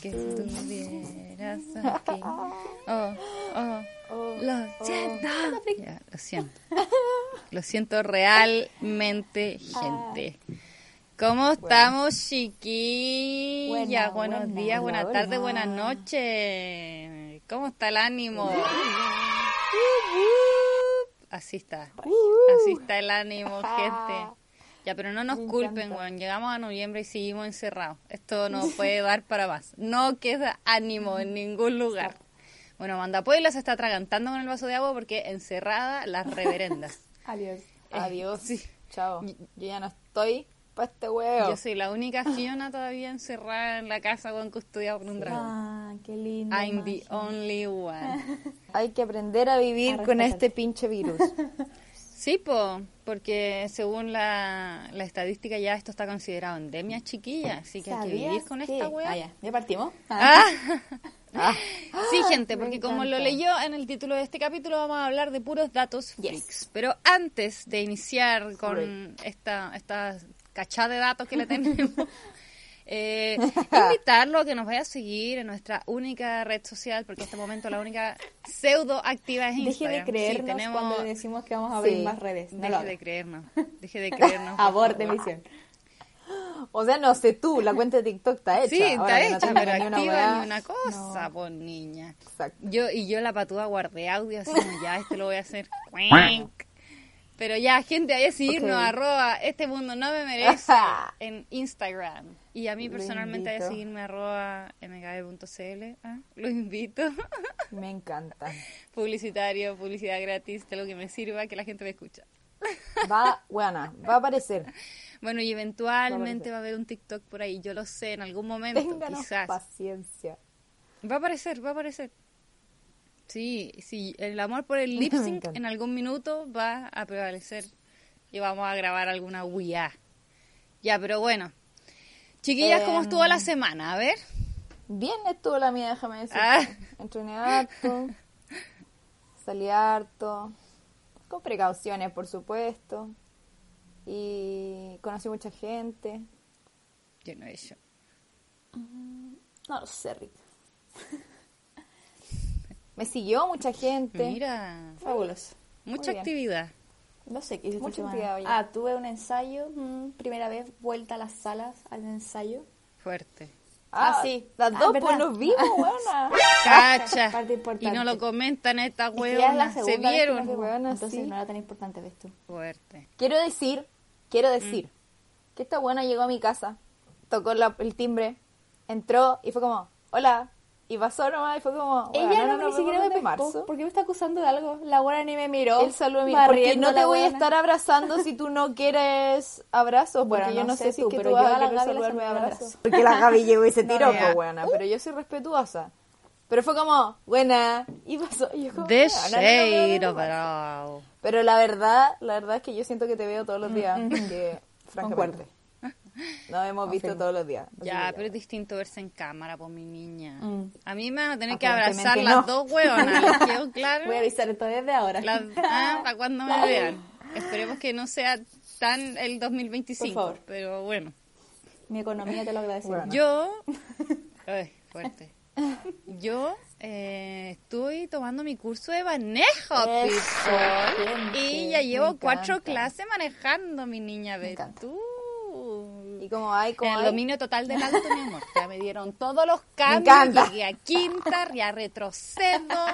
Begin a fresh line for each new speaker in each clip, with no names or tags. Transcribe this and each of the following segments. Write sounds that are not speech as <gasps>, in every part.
que estuvieras aquí. Oh, oh, lo siento. Ya, lo siento. Lo siento realmente, gente. ¿Cómo estamos, chiquilla?
Buena,
Buenos
buena,
días,
hola,
buenas tardes,
hola.
buenas noches. ¿Cómo está el ánimo? Así está. Así está el ánimo, gente. Ya, pero no nos culpen, weón. Llegamos a noviembre y seguimos encerrados. Esto no puede dar para más. No queda ánimo en
<laughs>
ningún lugar. Bueno, Amanda Puebla se está atragantando con el vaso de agua porque encerrada las
<laughs>
reverendas.
Adiós.
Adiós.
Adiós.
sí.
Chao. Yo ya no estoy para este huevo.
Yo soy la única Fiona todavía encerrada en la casa con custodiado por un dragón.
Ah, qué lindo.
I'm the only one.
<laughs> Ah, Hay que aprender a vivir con este pinche
<laughs>
virus.
Sí, po, porque según la, la estadística ya esto está considerado endemia chiquilla, así que hay que
¿Sabías
vivir con
que-
esta weá.
Ah, ya. ¿Ya partimos?
Ah.
Ah.
<laughs> Sí, gente, porque como lo leyó en el título de este capítulo, vamos a hablar de puros datos freaks. Pero antes de iniciar con esta, esta cachada de datos que le
<laughs>
tenemos, eh, invitarlo a que nos vaya a seguir en nuestra única red social, porque en este momento la única pseudo activa es
Deje
Instagram. Sí,
de creernos
tenemos-
cuando le decimos que vamos a abrir
Sí.
más redes. No lo
Deje de
haga.
creernos. Deje
<laughs>
de creernos. por
Aborte
favor.
misión.
<gasps> O sea, no sé tú, la cuenta de TikTok está hecha.
Sí, está
Ahora que no
hecha,
tengo
pero
ni una
activa
weá.
ni una cosa, pues niña.
Exacto.
Yo, y yo la patúa guardé audio
<laughs>
así, como, ya, este lo voy a hacer. Cuenc. Pero ya, gente, ahí a seguirnos,
Ok.
arroba, este mundo no me
<laughs>
merece, en Instagram. Y a mí personalmente ahí a
invito.
seguirme, arroba, mkb.cl, ah, lo invito. <laughs>
Me encanta.
Publicitario, publicidad gratis, de lo que me sirva, que la gente me
<laughs>
escucha.
Va, weana, va a aparecer.
<laughs> Bueno, y eventualmente va a haber un TikTok por ahí, yo lo sé, en algún momento,
Ténganos
quizás.
paciencia.
Va a aparecer, va a aparecer. Sí, sí, el amor por el lip
Me
sync
encanta.
en algún minuto va a prevalecer y vamos a grabar alguna weá. Ya, pero bueno. Chiquillas, ¿cómo estuvo la semana? A ver.
Bien estuvo la mía, déjame decir.
Ah.
Entrené harto, salí harto, con precauciones, por supuesto. Y conocí mucha gente.
Yo no he hecho.
No lo sé, Rick. Me siguió mucha gente.
Mira,
Fabuloso.
mucha
bien.
actividad.
No sé qué hice esta
Mucha
semana.
actividad hoy.
Ah, tuve un ensayo. mm, primera vez vuelta a las salas al ensayo.
Fuerte.
Ah, sí.
Las
Ah,
dos
¿verdad?
pues nos vimos,
<laughs> Ah.
weona.
Cacha.
Parte
Y no
importante.
lo comentan estas
Es que ya es la
weonas. Se
segunda vez que nos
vieron.
vemos,
Weona,
Entonces
sí.
no era tan importante, ves tú.
Fuerte.
Quiero decir,
Mm.
quiero decir, que esta buena llegó a mi casa, tocó la- el timbre, entró y fue como, hola. Y pasó nomás y fue como,
Ella no,
me
ni siquiera me pescó. ¿Por qué me está acusando de algo? La buena ni me miró.
Él saluda a mí, porque
barriendo
no te
la
voy a
hueona.
estar abrazando si tú no quieres abrazos, porque
Bueno,
yo
no
no
sé
sé si
tú,
es que
pero
tú vas
yo
a
a la
querer
Gaby la
saludarme de
saludo de
abrazos.
abrazo.
Porque la Gaby llegó y se
tiró, ya. po,
buena, pero yo soy respetuosa. Pero fue como, buena, y pasó. y yo como,
The
"Weona, no, no, no, no, no,
shade
no".
of it all.
Pero la verdad, la verdad es que yo siento que te veo todos los días,
Mm,
<laughs> porque, francamente, nos hemos visto todos los días. así
Ya,
que
pero es distinto verse en cámara, por mi niña.
Mm.
A mí me van a tener que
Aparentemente
abrazar las
no.
dos hueonas, ¿les quedó claro?
Voy a avisar esto desde ahora.
Las- ah, para cuando me vean. Esperemos que no sea tan el 2025,
Por favor.
pero bueno.
Mi economía te lo agradece.
Yo... Ay, fuerte. Yo eh, estoy tomando mi curso de manejo, people. y
gente,
ya llevo
me
cuatro
encanta.
clases manejando, mi niña, ve
encanta.
tú.
Y como hay, como
En el
hay,
dominio total del auto, mi amor.
<laughs>
Ya me dieron todos los cambios.
encanta. <laughs>
Llegué a quinta, ya retrocedo.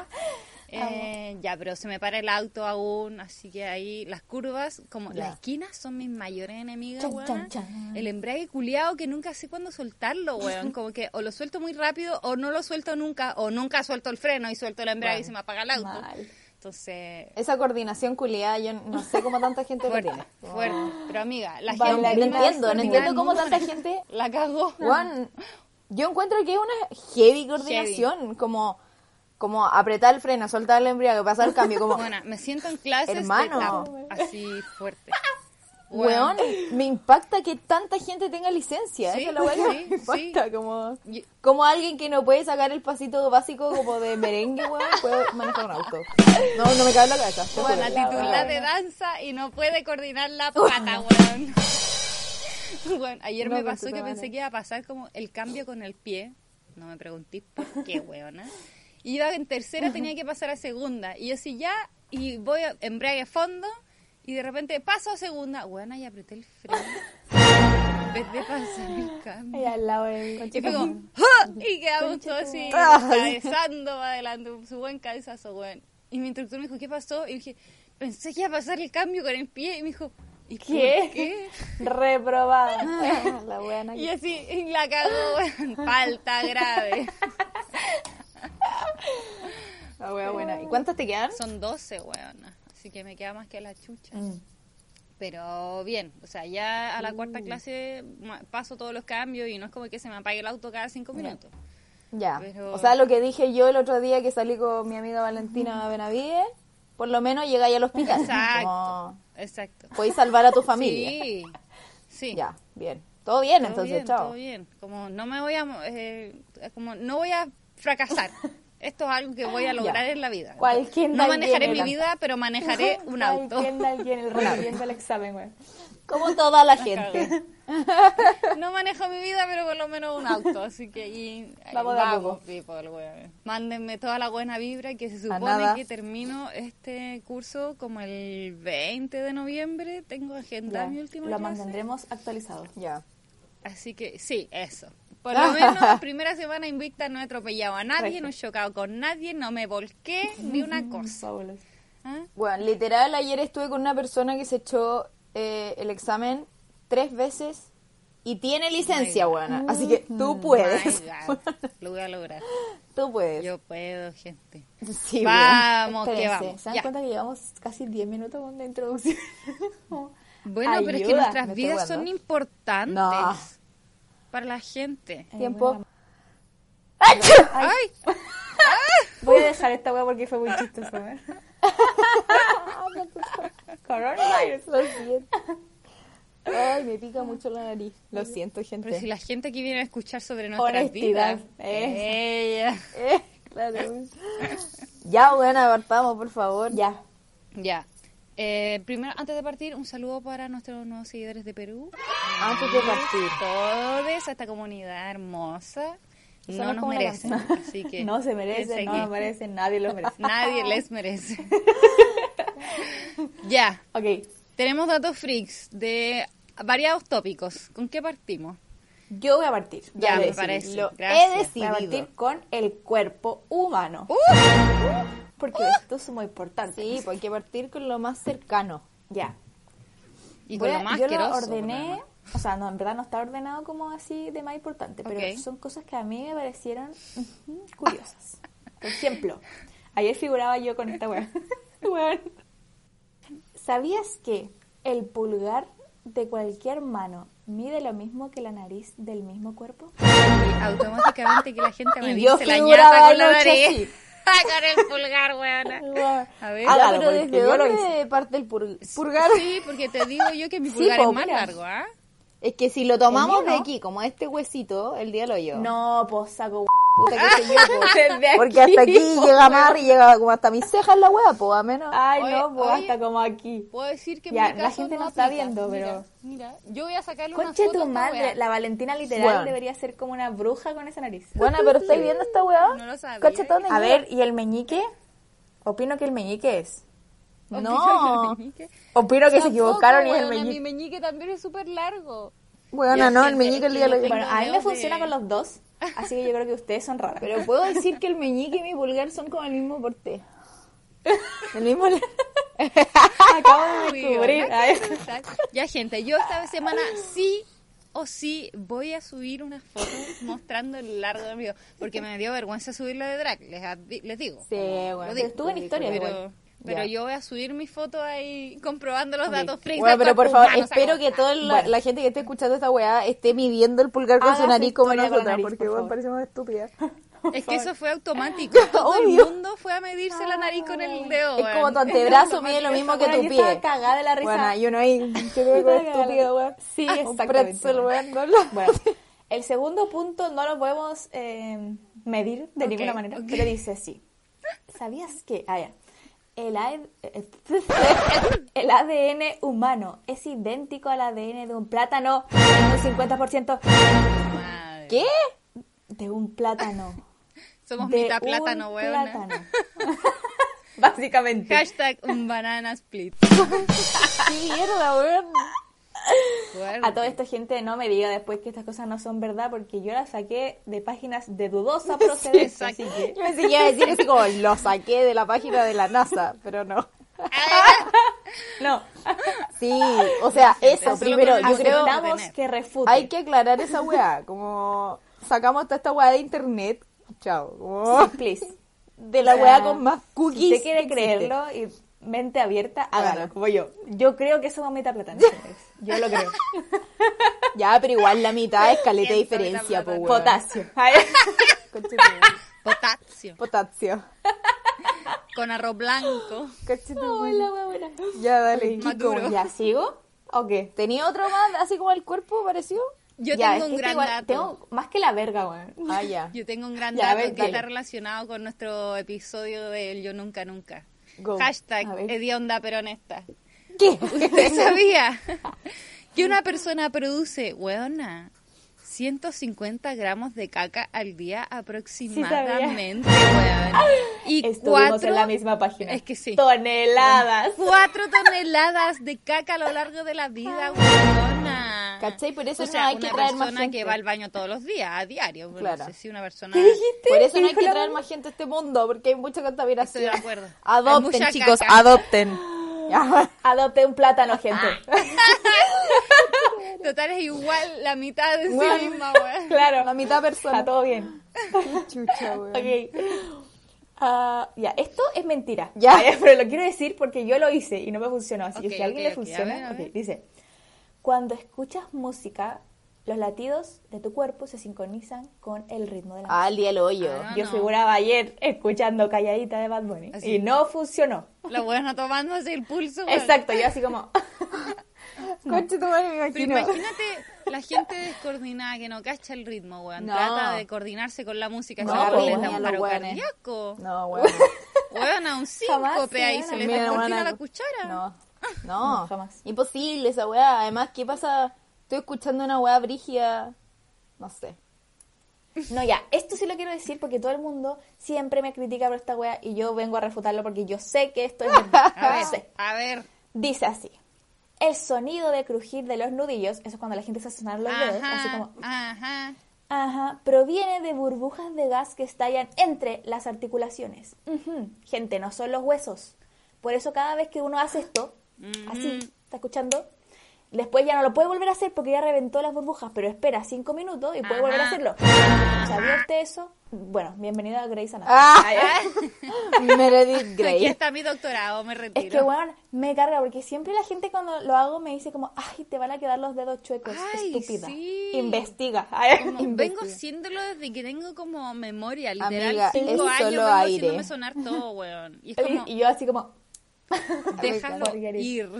Eh, ya, pero se me para el auto aún, así que ahí las curvas, como
Ya.
las esquinas son mis mayores enemigas,
Chan,
weona.
chan, chan.
El embrague culiado que nunca sé cuándo soltarlo,
<laughs>
weón. Como que o lo suelto muy rápido o no lo suelto nunca, o nunca suelto el freno y suelto el embrague y se me apaga el auto.
mal.
Entonces,
Esa coordinación culiada, yo no sé cómo tanta gente lo
fuerte,
tiene.
fuerte. Pero amiga, la
Baila-
gente...
Ah. no
más
entiendo, no entiendo cómo
coordinada
tanta gente.
<laughs> La cagó.
Juan, yo encuentro que es una heavy coordinación, como como apretar el freno, soltar el embriague, pasar el cambio, como
Bueno, me siento en clases
Hermano.
de tap, así fuerte.
weón, me impacta que tanta gente tenga licencia,
Sí,
eso es la weá que
sí,
me impacta,
sí.
como
Yo-
como alguien que no puede sacar el pasito básico como de merengue, weón, puede manejar un auto. No, no me cabe en la cabeza. te
Bueno, la
juro.
titular de danza y no puede coordinar la pata, weón. <laughs> Weón, ayer
No,
me
con
pasó
tu
que
madre.
pensé que iba a pasar como el cambio con el pie. No me preguntéis por qué, weona. Iba en tercera, tenía que pasar a segunda. Y yo sí ya, y voy a embrague a fondo, y de repente paso a segunda. Weona, y apreté el freno. En vez de pasar el cambio.
Ahí al lado del
Y fue
<laughs>
como, ¡Ah! y quedamos todos así, <laughs> cabezando para adelante, su buen cabezazo, weón. Y mi instructor me dijo, ¿qué pasó? Y dije, pensé que iba a pasar el cambio con el pie. Y me dijo, ¿y
¿Qué?
por qué?
reprobada.
Ah, la buena.
Y así, y la cagó,
<laughs>
weón. Falta grave.
La wea buena. ¿Y cuántas te quedan?
Son 12, weón. Así que me queda más que la chucha.
Mm.
Pero bien, o sea, ya a la cuarta clase ma- paso todos los cambios y no es como que se me apague el auto cada cinco minutos.
Ya.
Pero-
O sea, lo que dije yo el otro día que salí con mi amiga Valentina Benavides, por lo menos llegáis al hospital. <laughs>
Exacto,
Como,
exacto.
podéis salvar a tu familia.
Sí, sí.
Ya, bien. Todo bien,
Todo
entonces,
bien,
chao.
Todo bien, como no me voy a, mo- eh, como no voy a
<laughs>
fracasar. Esto es algo que voy a lograr en la vida.
Cualquier
no
dal
manejaré
viene
mi
la-
vida, pero manejaré
<laughs>
<laughs>
un auto.
¿Quién da alguien el resolviendo el examen, güey?
Como toda la gente.
<laughs> No manejo mi vida, pero por lo menos un
<laughs>
auto. Así que ahí ahí
Vamos de a poco.
people, weón. Mándenme toda la buena vibra que se supone
nada.
que termino este curso como el 20 de noviembre. Tengo agendada mi última
Lo
clase.
mantendremos actualizado.
Ya.
Así que sí, eso. Por lo menos la primera semana invicta no he atropellado a nadie, no he chocado con nadie, no me volqué ni una cosa.
Fabuloso.
¿Ah?
Bueno, literal, ayer estuve con una persona que se echó eh, el examen tres veces y tiene licencia, buena. Así que tú puedes.
Mm, My God, Lo voy a lograr.
Tú puedes.
Yo puedo, gente.
Sí, weón.
vamos, que
Espérense,
vamos.
¿Se dan
Ya.
cuenta que llevamos casi 10 minutos con la introducción?
Bueno, pero es que
Ayuda,
nuestras
me estoy
vidas son
ahogando.
importantes
No.
para la gente.
Tiempo.
Ay,
Voy a dejar esta weá porque fue muy chistoso, ¿eh? Coronavirus.
Lo siento. Ay, me pica mucho la nariz. Lo siento, gente.
pero si la gente aquí viene a escuchar sobre nuestras
Honestidad,
vidas. Ella.
Eh, claro. Ya, bueno, apartamos, por favor.
Ya.
Ya. Eh, primero, antes de partir, un saludo para nuestros nuevos seguidores de Perú.
Antes de partir.
todos a esta comunidad hermosa.
Somos
No nos
como la
merecen.
canción.
Así que
no se merecen,
piensen
no
que
lo merecen, nadie lo merece.
Nadie les merece. <laughs> ya.
Ok,
Tenemos datos freaks de variados tópicos. ¿Con qué partimos?
yo voy a partir.
Ya,
lo
me
decidí.
parece.
Lo
Gracias. Uh.
he decidido. Voy a partir con el cuerpo humano. Porque esto es muy importante.
Sí, pues hay que partir con lo más cercano.
Ya.
Y
Voy
con
a-
lo más
yo lo
asqueroso,
ordené,
bueno,
o sea, no, en verdad no está ordenado como así de más importante, pero
Ok.
son cosas que a mí me parecieron ujú, curiosas. Por ejemplo, ayer figuraba yo con esta weá. <laughs> Weón. ¿Sabías que el pulgar de cualquier mano mide lo mismo que la nariz del mismo <laughs> cuerpo?
Y automáticamente que la gente me
Y yo
dice la
figuraba
ñapa con la
anoche
nariz. <laughs> con el pulgar, weona. A ver.
Ah,
Ya,
claro,
pero
porque
¿desde
yo lo
dónde parte el pur- purgar?
Sí, porque te digo yo que mi pulgar
po,
es más
mira.
largo, ¿ah?
Es que si lo tomamos
El mío,
de
¿no?
aquí, como este huesito, el día lo yo.
No, pues saco
puta que sé yo, po.
<laughs> Desde aquí,
Porque hasta aquí
po,
llega más y llega como hasta mis cejas la hueá, pues a menos.
Ay,
Oye,
no, pues
oye.
hasta como aquí.
Puedo decir que
Ya,
en mi
la
caso
gente
no,
no está
aplica.
viendo,
Mira,
pero-
Mira, yo voy a sacarle una
Conche
foto a
tu
esta
madre,
wea.
la Valentina literal
Bueno.
debería ser como una bruja con esa nariz.
Bueno, pero ¿estáis viendo esta hueá?
No lo sabía.
Cachetón de
A
mierda.
ver, ¿y el meñique? Opino que el meñique es.
No.
Meñique.
Opino que se
Tampoco,
equivocaron y es el
weona, Mi
meñique.
meñique también es súper largo.
Bueno, no, el
siento,
meñique el día lo yo.
Bueno, a mí me
Tengo
funciona
dedos
con
de-
los dos, así que yo creo que ustedes son raras.
Pero puedo decir que el meñique y mi pulgar son como el mismo porte. El mismo le-
<laughs> Acabo de
Uy,
descubrir.
hola,
Ay,
¿cómo estás? Ya, gente, yo esta semana sí o sí voy a subir una foto mostrando el largo del video, porque me dio vergüenza subirlo de drag, les, advi- les digo.
Sí,
Lo
bueno.
digo.
estuvo en historia
Pero,
igual.
pero
Ya.
yo voy a subir mi foto ahí comprobando los datos freaks
Bueno,
del
pero por
cuerpo
favor,
humano, o sea,
espero
como-
que toda la, la gente que esté escuchando esta weá esté midiendo el pulgar con
Haga
su
su
nariz como
historia con la
nosotros,
nariz,
porque
por
weón
favor.
parecemos estúpidas.
Es que eso fue
<laughs>
automático. Todo el
Obvio.
mundo fue a medirse la nariz con el dedo.
Es como
weón.
tu antebrazo mide lo mismo que
Bueno,
tu
yo
pie.
estaba cagada de la risa.
Bueno, y uno ahí, qué
<laughs> Yo
loco
estaba cagada de la risa.
estúpido, weón. Ah,
Sí,
Un
exactamente.
pretzel, weón, no lo-
Bueno, <laughs> el segundo punto no lo podemos eh, medir de ninguna manera,
ok.
pero dice así. ¿Sabías que? Ah, ya. El, AD <laughs> el ADN humano es idéntico al ADN de un plátano en un 50%.
Madre.
¿Qué?
De un plátano.
Somos
de
mitad plátano,
un
weón.
plátano. <laughs>
<laughs>
Básicamente.
Hashtag un banana split.
¿Qué mierda, weón?
Fuerte.
A toda esta gente no me diga después que estas cosas no son verdad porque yo las saqué de páginas
<laughs>
de dudosa procedencia. así
exacto.
que...
Yo <laughs> pensé que iba a decir así como, lo saqué de la página de la NASA, pero no.
No,
Sí, o sea, eso
solo
primero,
con el
yo creo...
concepto.
aceptamos
tener.
que refute.
Hay que aclarar esa weá. Como sacamos toda esta weá de internet. Chao. como-
Sí, please.
de la
O sea,
weá con más cookies.
Si usted quiere
que existe.
creerlo y mente abierta,
<laughs>
hágalo,
Hágalo.
como yo. Yo creo que eso va a
<laughs>
mitad plátano. señores. Yo lo creo.
Ya, pero igual la mitad es caleta de
Siento,
diferencia, po,
mitad
weón.
Potasio.
<laughs>
Ay.
Conchetumare.
<laughs> Potasio.
Potasio.
Con arroz blanco.
Conchetumare.
Hola, huevona.
Ya, dale.
Maduro.
¿Ya sigo? ¿O qué?
¿Tenía otro más así como el cuerpo parecido?
Yo
Ya,
tengo
es
un
que
gran
igual-
dato.
Tengo más que la verga, weón.
Ah, <laughs> ya.
Yo tengo un gran
Ya, a
dato
ver,
que
dale.
está relacionado con nuestro episodio del Yo Nunca Nunca.
Go.
Hashtag
A ver.
hedionda pero honesta. ¿Usted <laughs>
¿Qué?
sabía que una persona produce, weona, 150 gramos de caca al día
<laughs>
aproximadamente, weón? Y
Estuvimos
cuatro,
en la misma página.
Es que sí.
Toneladas.
Cuatro toneladas de caca a lo largo de la vida, weona.
¿Cachai? Por eso
O
no
sea,
hay que
una
traer más
persona que
gente.
va al baño todos los días, a diario. Bueno, No
Claro.
sé si una persona...
¿Qué dijiste?
Por eso no hay
Dijo
que
la-
traer más gente a este mundo, porque hay mucha
Estoy
contaminación.
de acuerdo. Hay
<laughs> Adopten,
mucha
chicos,
caca. <laughs>
adopten. <laughs> Ya.
Adopte un
Ah,
plátano, gente.
Total es igual la mitad de sí
Weón.
misma, weón.
claro.
La mitad persona.
Está todo bien. <laughs>
Chucha, weón.
Ok. Ah, ya, esto es mentira.
Ya.
Ah, pero lo quiero decir porque yo lo hice y no me funcionó. Así
Ok,
que si a alguien
ok,
le
ok. A
funciona,
ver, a
ok,
ver.
dice: Cuando escuchas música, los latidos de tu cuerpo se sincronizan con el ritmo de la
Ah, el día del hoyo.
Ah,
música. Yo
no. Ah,
figuraba ayer escuchando Calladita de Bad Bunny
Así.
y no
<laughs>
funcionó.
La buena tomándose el pulso. weón.
Exacto, yo
<laughs>
así como.
Conche tu madre, me
Pero
imagino.
imagínate la gente descoordinada que no cacha el ritmo, weón.
No.
Trata de coordinarse con la música.
No,
No, la
weón,
boleta,
ni a
un
los
paro
weones.
cardíaco.
No, <laughs> bueno.
Weón, a un
Jamás,
síncope ahí se
weón,
le
Mira, no
descoordina
van a-
la cuchara.
No, no,
No, jamás.
Imposible esa weá. Además, ¿qué pasa? Estoy escuchando una weá brígida. No sé.
No, ya, esto sí lo quiero decir porque todo el mundo siempre me critica por esta wea y yo vengo a refutarlo porque yo sé
<laughs>
que esto es verdad.
A
Yo sé.
ver, a ver.
Dice así. El sonido de crujir de los nudillos, eso es cuando la gente se sonar los dedos, así
Ajá,
como,
ajá.
ajá, proviene de burbujas de gas que estallan entre las articulaciones. Ujú. Gente, no son los huesos. Por eso cada vez que uno hace esto,
Mm.
así, ¿está escuchando? Después ya no lo puede volver a hacer porque ya reventó las burbujas, pero espera cinco minutos y puede volver a
Ajá.
hacerlo. ¿Sabía usted eso? Bueno, bienvenido a Grey's Anatomy.
Ah, <laughs>
Ay,
<laughs>
ay.
Meredith
Aquí
Grey.
está mi doctorado, me retiro.
Es que, weón, me carga porque siempre la gente cuando lo hago me dice como, ay, te van a quedar los dedos chuecos,
Ay,
estúpida.
sí.
Investiga. <laughs> Ay,
Como vengo
investiga.
haciéndolo desde que tengo como memoria, literal.
Amiga,
cinco
es
años
solo
vengo
aire.
haciéndome sonar todo, weón.
<laughs>
Y es como,
<laughs> Y, y yo así como,
déjalo
claro.
ir.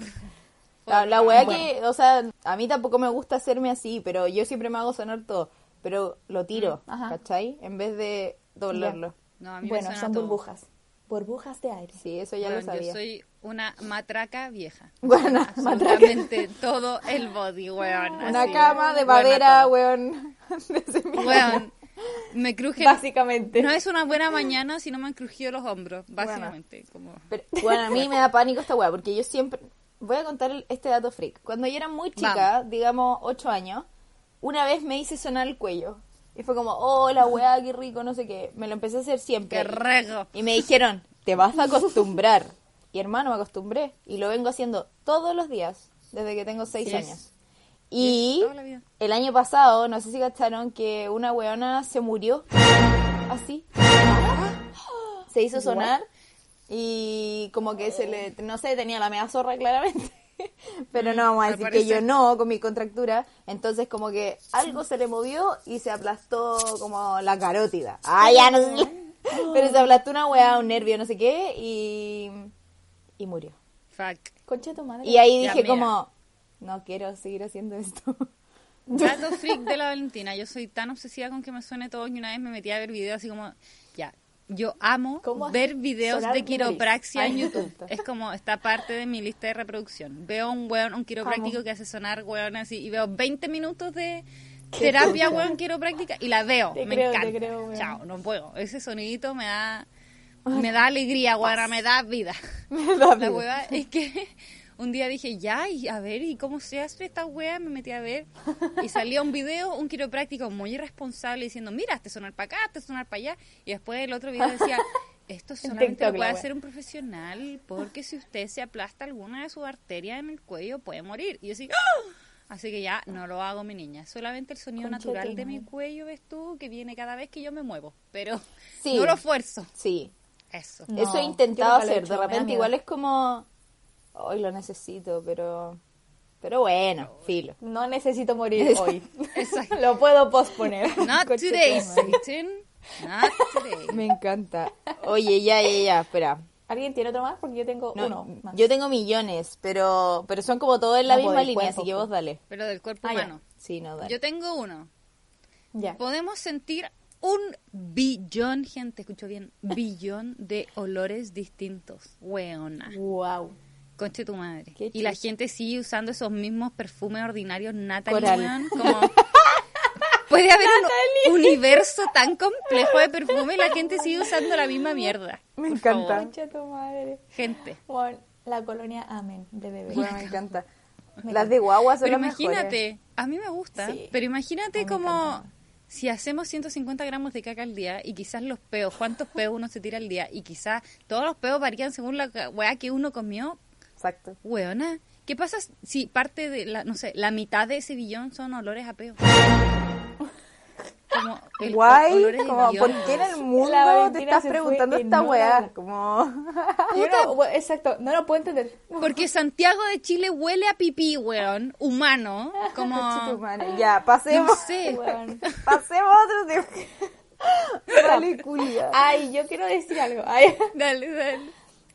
La, la weá que, o sea, a mí tampoco me gusta hacerme así, pero yo siempre me hago sonar todo. Pero lo tiro,
Ajá.
¿cachai? En vez de doblarlo.
No, a mí me
bueno,
suena
son
todo.
burbujas. Burbujas de aire.
Sí, eso ya
Weón,
lo sabía.
Yo soy una matraca vieja.
<laughs> Bueno,
Absolutamente todo el body, weón.
una
así,
cama de
weón, a
madera,
todo.
weón. <laughs> de cemento.
Weón, me
<laughs>
cruje.
Básicamente.
No es una buena mañana si no me han crujido los hombros, básicamente. Como...
Pero, <laughs> bueno, a mí me da pánico esta weá, porque yo siempre... Voy a contar el- este dato freak. Cuando yo era muy chica, digamos 8 años, una vez me hice sonar el cuello. Y fue como, oh, la weá, qué rico, no sé qué. Me lo empecé a hacer siempre.
Qué rico.
Y me dijeron, te vas a acostumbrar. Y hermano, me acostumbré. Y lo vengo haciendo todos los días, desde que tengo seis
Yes.
años. Y
Yes, toda la vida.
el año pasado, no sé si cacharon que una weona se murió. Así. Se hizo sonar. Y como que se le, no sé, tenía la media zorra <laughs> claramente.
Mm,
Pero no vamos a
al
decir que
parecer.
yo no, con mi contractura. Entonces como que algo se le movió y se aplastó como la carótida. Ah, ya no sé. Pero se aplastó una weá, un nervio, no sé qué, y, y murió.
Fuck.
Concha de tu madre.
Y ahí
Ya,
dije
mira.
como, no quiero seguir haciendo esto. <laughs>
<laughs>
Dato freak de la Valentina. Yo soy tan obsesiva con que me suene todo y una vez me metí a ver videos así como, ya, yo amo
¿Cómo has-
ver videos
sonar
de
mi
quiropraxia
nariz?
en
Ay,
YouTube.
tonto.
Es como, está parte de mi lista de reproducción. Veo un weón, un quiropráctico que hace sonar weón así y veo 20 minutos de terapia
tonta.
weón quiropráctica y la veo.
Te
me
creo, te
encanta.
creo, weón.
Chao, no puedo. Ese sonidito me da, me da alegría, weón, me da
<laughs>
vida. La hueva es que un día dije, ya, y a ver, ¿y cómo se hace esta hueá? Me metí a ver. Y salía un video, un quiropráctico muy irresponsable diciendo, mira, este sonar para acá, este sonar para allá. Y después el otro video
<laughs>
decía, esto solamente
TikTok,
lo
la
puede
wea.
hacer un profesional, porque si usted se aplasta alguna de sus arterias en el cuello, puede morir. Y yo así, ¡ah! Así que ya no lo hago, mi niña. Solamente el sonido
Concha de
natural
tu
de mi
madre.
cuello, ves tú, que viene cada vez que yo me muevo. Pero
Sí.
no lo esfuerzo.
Sí,
Eso.
No,
eso he
yo
intentado
nunca lo he
hacer.
hecho,
De
me da
repente
miedo.
igual es como, hoy lo necesito, pero, pero bueno, filo.
No necesito morir hoy. <laughs>
Exacto. <laughs>
Lo puedo posponer.
Not
Concha de tu
today,
madre.
Satan. Not today.
Me encanta. Oye, ya, ya, ya, espera.
¿Alguien tiene otro más? Porque yo tengo
No,
uno más.
yo tengo millones, pero, pero son como todos en la
No, por
misma
el
línea,
cuerpo,
así que
po.
vos dale.
Pero del cuerpo
Ah, ya.
humano.
Sí, no, dale.
Yo tengo uno.
Ya.
Podemos sentir un billón, gente, escucho bien, billón de olores distintos. Weona.
Wow.
Conche tu madre.
Qué
Y la
chucha.
gente sigue usando esos mismos perfumes ordinarios Natalie,
Coral.
weón, como... Puede haber un universo tan complejo de perfume y la gente sigue usando la misma mierda.
Me
Por
encanta.
favor,
Concha de tu madre.
gente.
Bueno, la colonia Amén de bebé.
Oh
Bueno, <laughs>
<laughs>
me encanta. Las de guagua son
Pero
las mejores.
imagínate, a mí me gusta,
Sí.
pero
A
imagínate
mí
como
también.
si hacemos 150 gramos de caca al día y quizás los peos, cuántos peos uno se tira al día y quizás todos los peos varían según la ca- weá que uno comió,
Exacto.
weona. ¿Qué pasa si parte de la, no sé, la mitad de ese billón son olores a peo? Como el-
Guay,
olores
como, ¿por
hediondos.
qué en el mundo te
Valentina
estás
se fue
preguntando
en
esta
otra.
weá? Como... <laughs>
Yo no- bueno, exacto, no lo puedo entender.
Porque Santiago de Chile huele a pipí, weón, humano,
<laughs> Conche tu
como,
madre. Ya,
no
pasemos.
sé,
Weón.
<laughs> Pasemos a otro tema. <laughs> Dale, culia.
Ay, yo quiero decir algo. Ay,
dale, dale.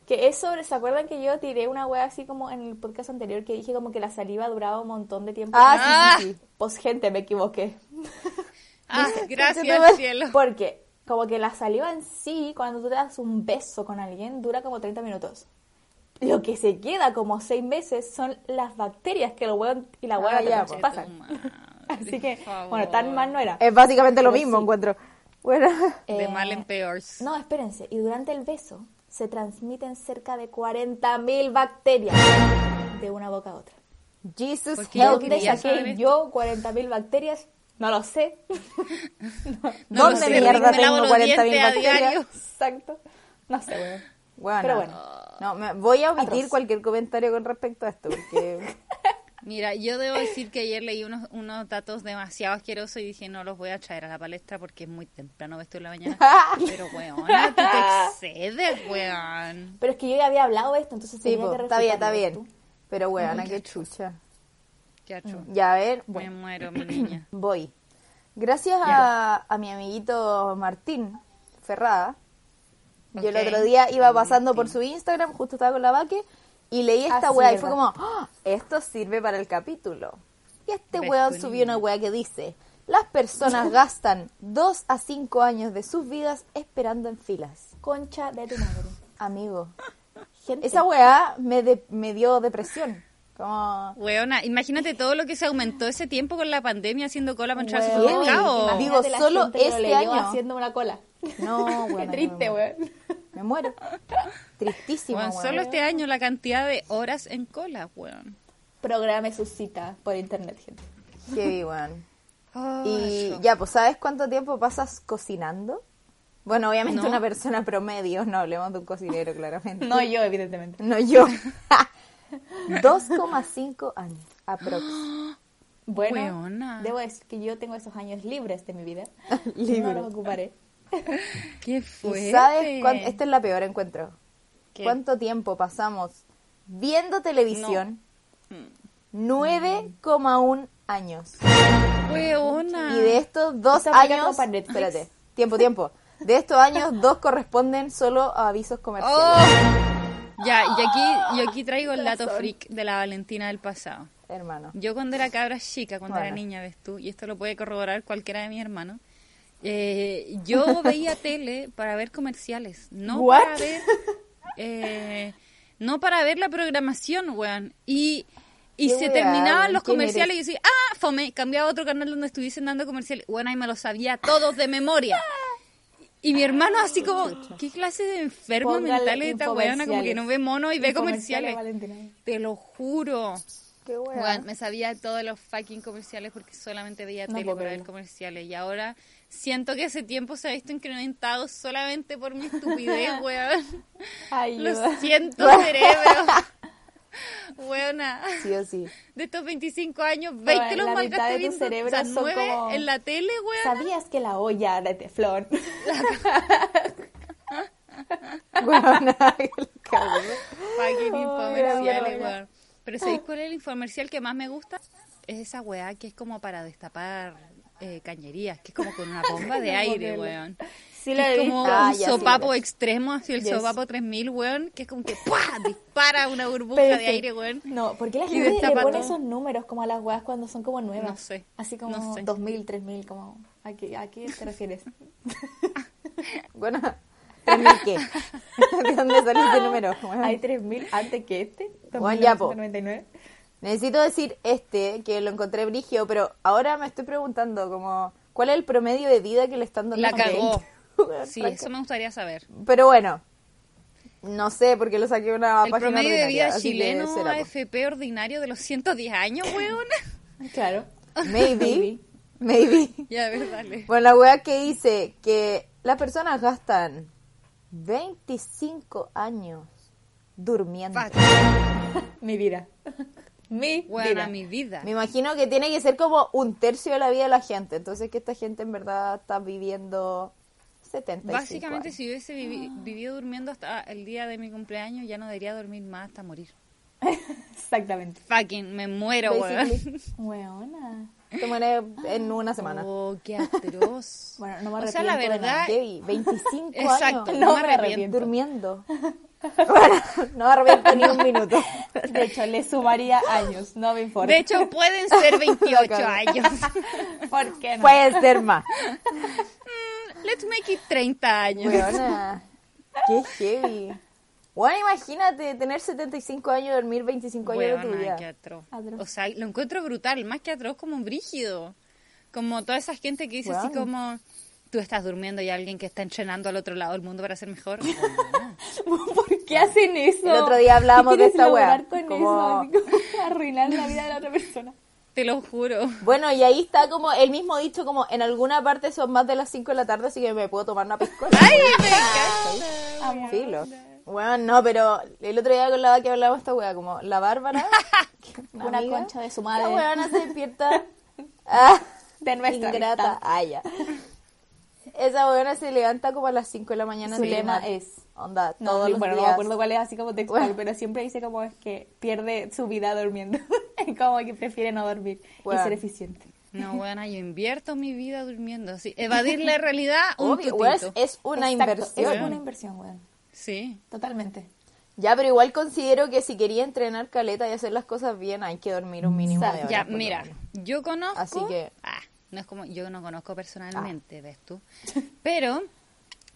que es sobre, ¿se acuerdan que yo tiré una wea así como en el podcast anterior que dije como que la saliva duraba un montón de tiempo?
Ah,
sí, sí,
Pues gente, me equivoqué.
Ah, gracias
madre.
al cielo.
Porque como que la saliva en sí, cuando tú te das un beso con alguien, dura como 30 minutos. Lo que se queda como 6 meses son las bacterias que el hueón y la hueá
Ah, ya,
te- <laughs> pasan. Así que, bueno, tan mal no era.
Es básicamente lo
Pero
mismo,
sí.
encuentro. Bueno,
De
Eh,
mal en peor.
No, espérense. Y durante el beso se transmiten cerca de 40.000 bacterias de una boca a otra.
<laughs> Jesus
Porque yo
¿De
help
dónde
me.
quería saber
saqué
esto.
yo 40.000 bacterias? No lo sé. <laughs>
No
¿Dónde
sé,
mierda
Rick, me
tengo
lavo los
40.000
dientes a
bacterias?
diario.
Exacto. No sé, weón.
Bueno,
Pero bueno.
No, me- voy a omitir
Atroz.
cualquier comentario con respecto a esto, porque...
Mira, yo debo decir que ayer leí unos, unos datos demasiado asquerosos y dije, no los voy a traer a la palestra porque es muy temprano, ves tú en la
<laughs>
mañana. Pero, weón, tú te excedes, weón.
Pero es que yo ya había hablado de esto, entonces
Sí,
tenía
po,
que
está bien, está
refutarlo,
bien. Pero bueno, qué chucha.
Qué achu.
Ya, a ver,
Me muero, mi niña.
voy. Gracias a, a mi amiguito Martín Ferrada, yo el
Ok.
otro día iba pasando por su Instagram, justo estaba con la vaque, y leí esta
Ah, sí,
weá y fue como,
verdad.
"Ah, esto sirve para el capítulo. Y este
Ves
weón
tú,
subió
niña.
una weá que dice, las
<laughs>
personas gastan 2 a 5 años de sus vidas esperando en filas.
tú. Concha de tu madre.
Amigo,
Gente.
esa weá me, de- me dio depresión. Como...
Weona, imagínate todo lo que se aumentó ese tiempo con la pandemia haciendo cola para entrar al
Weón,
supermercado.
Imagínate
digo,
la
solo
gente que lo
este
leyó
año.
haciendo una cola.
<laughs>
<laughs>
No, weón.
Qué
no,
triste,
no,
weón.
Me muero. Tristísimo,
Weón,
weón.
solo este año la cantidad de horas en cola, weón.
Programe su cita por internet, gente.
<laughs> Heavy, weón.
Oh,
Y
eso.
ya, pues, ¿sabes cuánto tiempo pasas cocinando? Bueno, obviamente una persona promedio, no hablemos de un cocinero, claramente. <laughs>
No yo, evidentemente.
No <laughs> yo. 2,5 años, <gasps> aprox.
Bueno,
Weona.
debo decir que yo tengo esos años libres de mi
<laughs>
vida.
Libres.
No los ocuparé.
¿Qué
¿Y
fue?
sabes cuán- Esta es la peor encuentro. ¿Cuánto tiempo pasamos viendo televisión? Mm. 9,1 años.
Weona.
Y de estos dos
Esto aplica como
años...
para Netflix.
Espérate, <laughs> tiempo, tiempo. De estos años, dos corresponden solo a avisos comerciales.
Ya, y aquí, yo aquí traigo el dato freak de la Valentina del pasado.
Hermano.
Yo cuando era cabra chica, cuando era
Bueno.
niña, ves tú, y esto lo puede corroborar cualquiera de mis hermanos, eh,
<laughs>
yo veía tele para ver comerciales, no
What?
para ver... eh, no para ver la programación, weón. Y, y
Qué
se
weá,
terminaban
weón,
los
¿quién
comerciales y yo decía, ah, fome, cambiaba a otro canal donde estuviesen dando comerciales. Bueno, ahí me lo sabía todos de memoria. Y mi hermano así como, ¿qué clase de enfermo
Póngale
mental es esta weona? Como que
infomerciales.
no ve mono y ve
Infomerciales,
comerciales.
Valentina.
Te lo juro.
Qué
Weón, me sabía todos los fucking comerciales porque solamente veía
No
tele
puedo
para ver
creerlo.
comerciales. Y ahora siento que ese tiempo se ha visto incrementado solamente por mi
<laughs>
estupidez, weón. Lo
Ayuda.
siento,
<laughs>
cerebro. Weona.
Sí o <laughs> sí.
De estos 25 años, 20
Weón,
los
la mitad de
malgaste
tu
viendo.
cerebro
o sea,
son
9
como-
en la tele, weón.
¿Sabías que la olla era
<laughs>
de teflón?
Bueno, nada, que lo cago.
Fucking infomerciales,
weón.
weón. Pero ¿sabéis cuál es el infomercial que más me gusta? Es esa weá que es como para destapar eh, cañerías, que es como con una bomba de aire, weón.
Sí,
Que
lo
es
he
como
visto.
Ah,
un
ya, sí,
sopapo
lo he
extremo, así el
Yes.
sopapo 3000, weón, que es como que ¡pua! dispara una burbuja
Pero es
de
que-
aire, weón.
No, ¿por qué la
Y
gente le
destapa
pone
todo.
esos números como a las weas cuando son como nuevas?
No sé,
Así como
no sé.
2000, 3000, como... ¿A qué, a qué
<laughs>
te refieres?
Bueno, ¿pero ni qué? <laughs> ¿De dónde salió ese número? Bueno,
¿Hay 3000 antes que este?
Bueno, ya, po.
2999.
necesito decir este, que lo encontré brigio, pero ahora me estoy preguntando como, ¿cuál es el promedio de vida que le están dando
La
a la gente? <laughs>
cagó.
Bueno,
Sí,
tranca.
eso me gustaría saber.
Pero bueno, no sé, porque lo saqué de una
El
Ah, página
promedio de
ordinaria,
vida
así que
chileno
será, po.
AFP ordinario de los 110 años, weón. <laughs>
Claro.
Maybe, maybe.
ya, a ver, dale.
Bueno, la wea que dice que las personas gastan 25 años durmiendo.
Fuck.
Mi vida. <laughs> Mi
Weón, a
vida.
mi vida.
Me imagino que tiene que ser como un tercio de la vida de la gente. Entonces, que esta gente en verdad está viviendo 75
Básicamente,
años.
si hubiese vivi- vivido durmiendo hasta el día de mi cumpleaños, ya no debería dormir más hasta morir.
Exactamente.
Fucking, me muero, weón.
Basically.
Weona.
Te mueres en una semana.
Oh, qué atroz.
Bueno, no me
o sea, la
arrepiento de
verdad,
Debbie, 25
Exacto,
años
no,
No
me
me
arrepiento.
durmiendo. Bueno, no me arrepiento ni un minuto.
De hecho, le sumaría años, no me importa.
De hecho, pueden ser 28
Acabo.
años. <laughs>
<laughs> ¿por qué no?
Puede ser más.
Let's make it 30 años.
Weona, qué heavy. Bueno, imagínate tener 75 años, dormir 25 años de tu
Weona,
vida.
qué atroz.
Atroz.
O sea, lo encuentro brutal, más que atroz, como un brígido. Como toda esa gente que dice así
Weona.
como, tú estás durmiendo y hay alguien que está entrenando al otro lado del mundo para ser mejor.
<laughs> ¿Por qué hacen eso?
El otro día hablábamos
¿Qué
de
quieres
esta wea?
lograr con
Como-
eso? Así como <laughs> arruinar la vida de la otra persona.
Te lo juro.
Bueno, y ahí está como el mismo dicho, como en alguna parte son más de las 5 de la tarde, así que me puedo tomar una piscola.
<laughs>
¡Ay, me encanta!
Amo. Filo. Bueno, no, pero el otro día con la que hablaba esta wea, como la
<laughs>
Bárbara, que es
Una concha de su madre.
La weona se despierta.
<laughs>
Ah,
De nuestra
ingrata.
amistad.
Ah, ya. Esa weona se levanta como a las 5 de la mañana.
Su
se
lema
mata.
es-
Onda,
No,
todos los
bueno, no me
días.
acuerdo cuál es así como textual,
Bueno.
pero siempre dice como es que pierde su vida durmiendo. <laughs> como que prefiere no dormir
Bueno.
y ser eficiente.
<laughs>
No, buena, yo invierto mi vida durmiendo. así. Evadir la realidad, un tutito.
Obvio, weón, es, es una
Exacto,
inversión.
Es una inversión, weón.
Sí.
Totalmente.
Ya, pero igual considero que si quería entrenar caleta y hacer las cosas bien, hay que dormir un mínimo de
Exacto.
horas.
Ya,
por lo
mira,
menos.
yo conozco.
Así que- Ah.
Ah, no es como. Yo no conozco personalmente, ves
<laughs>
tú. Pero.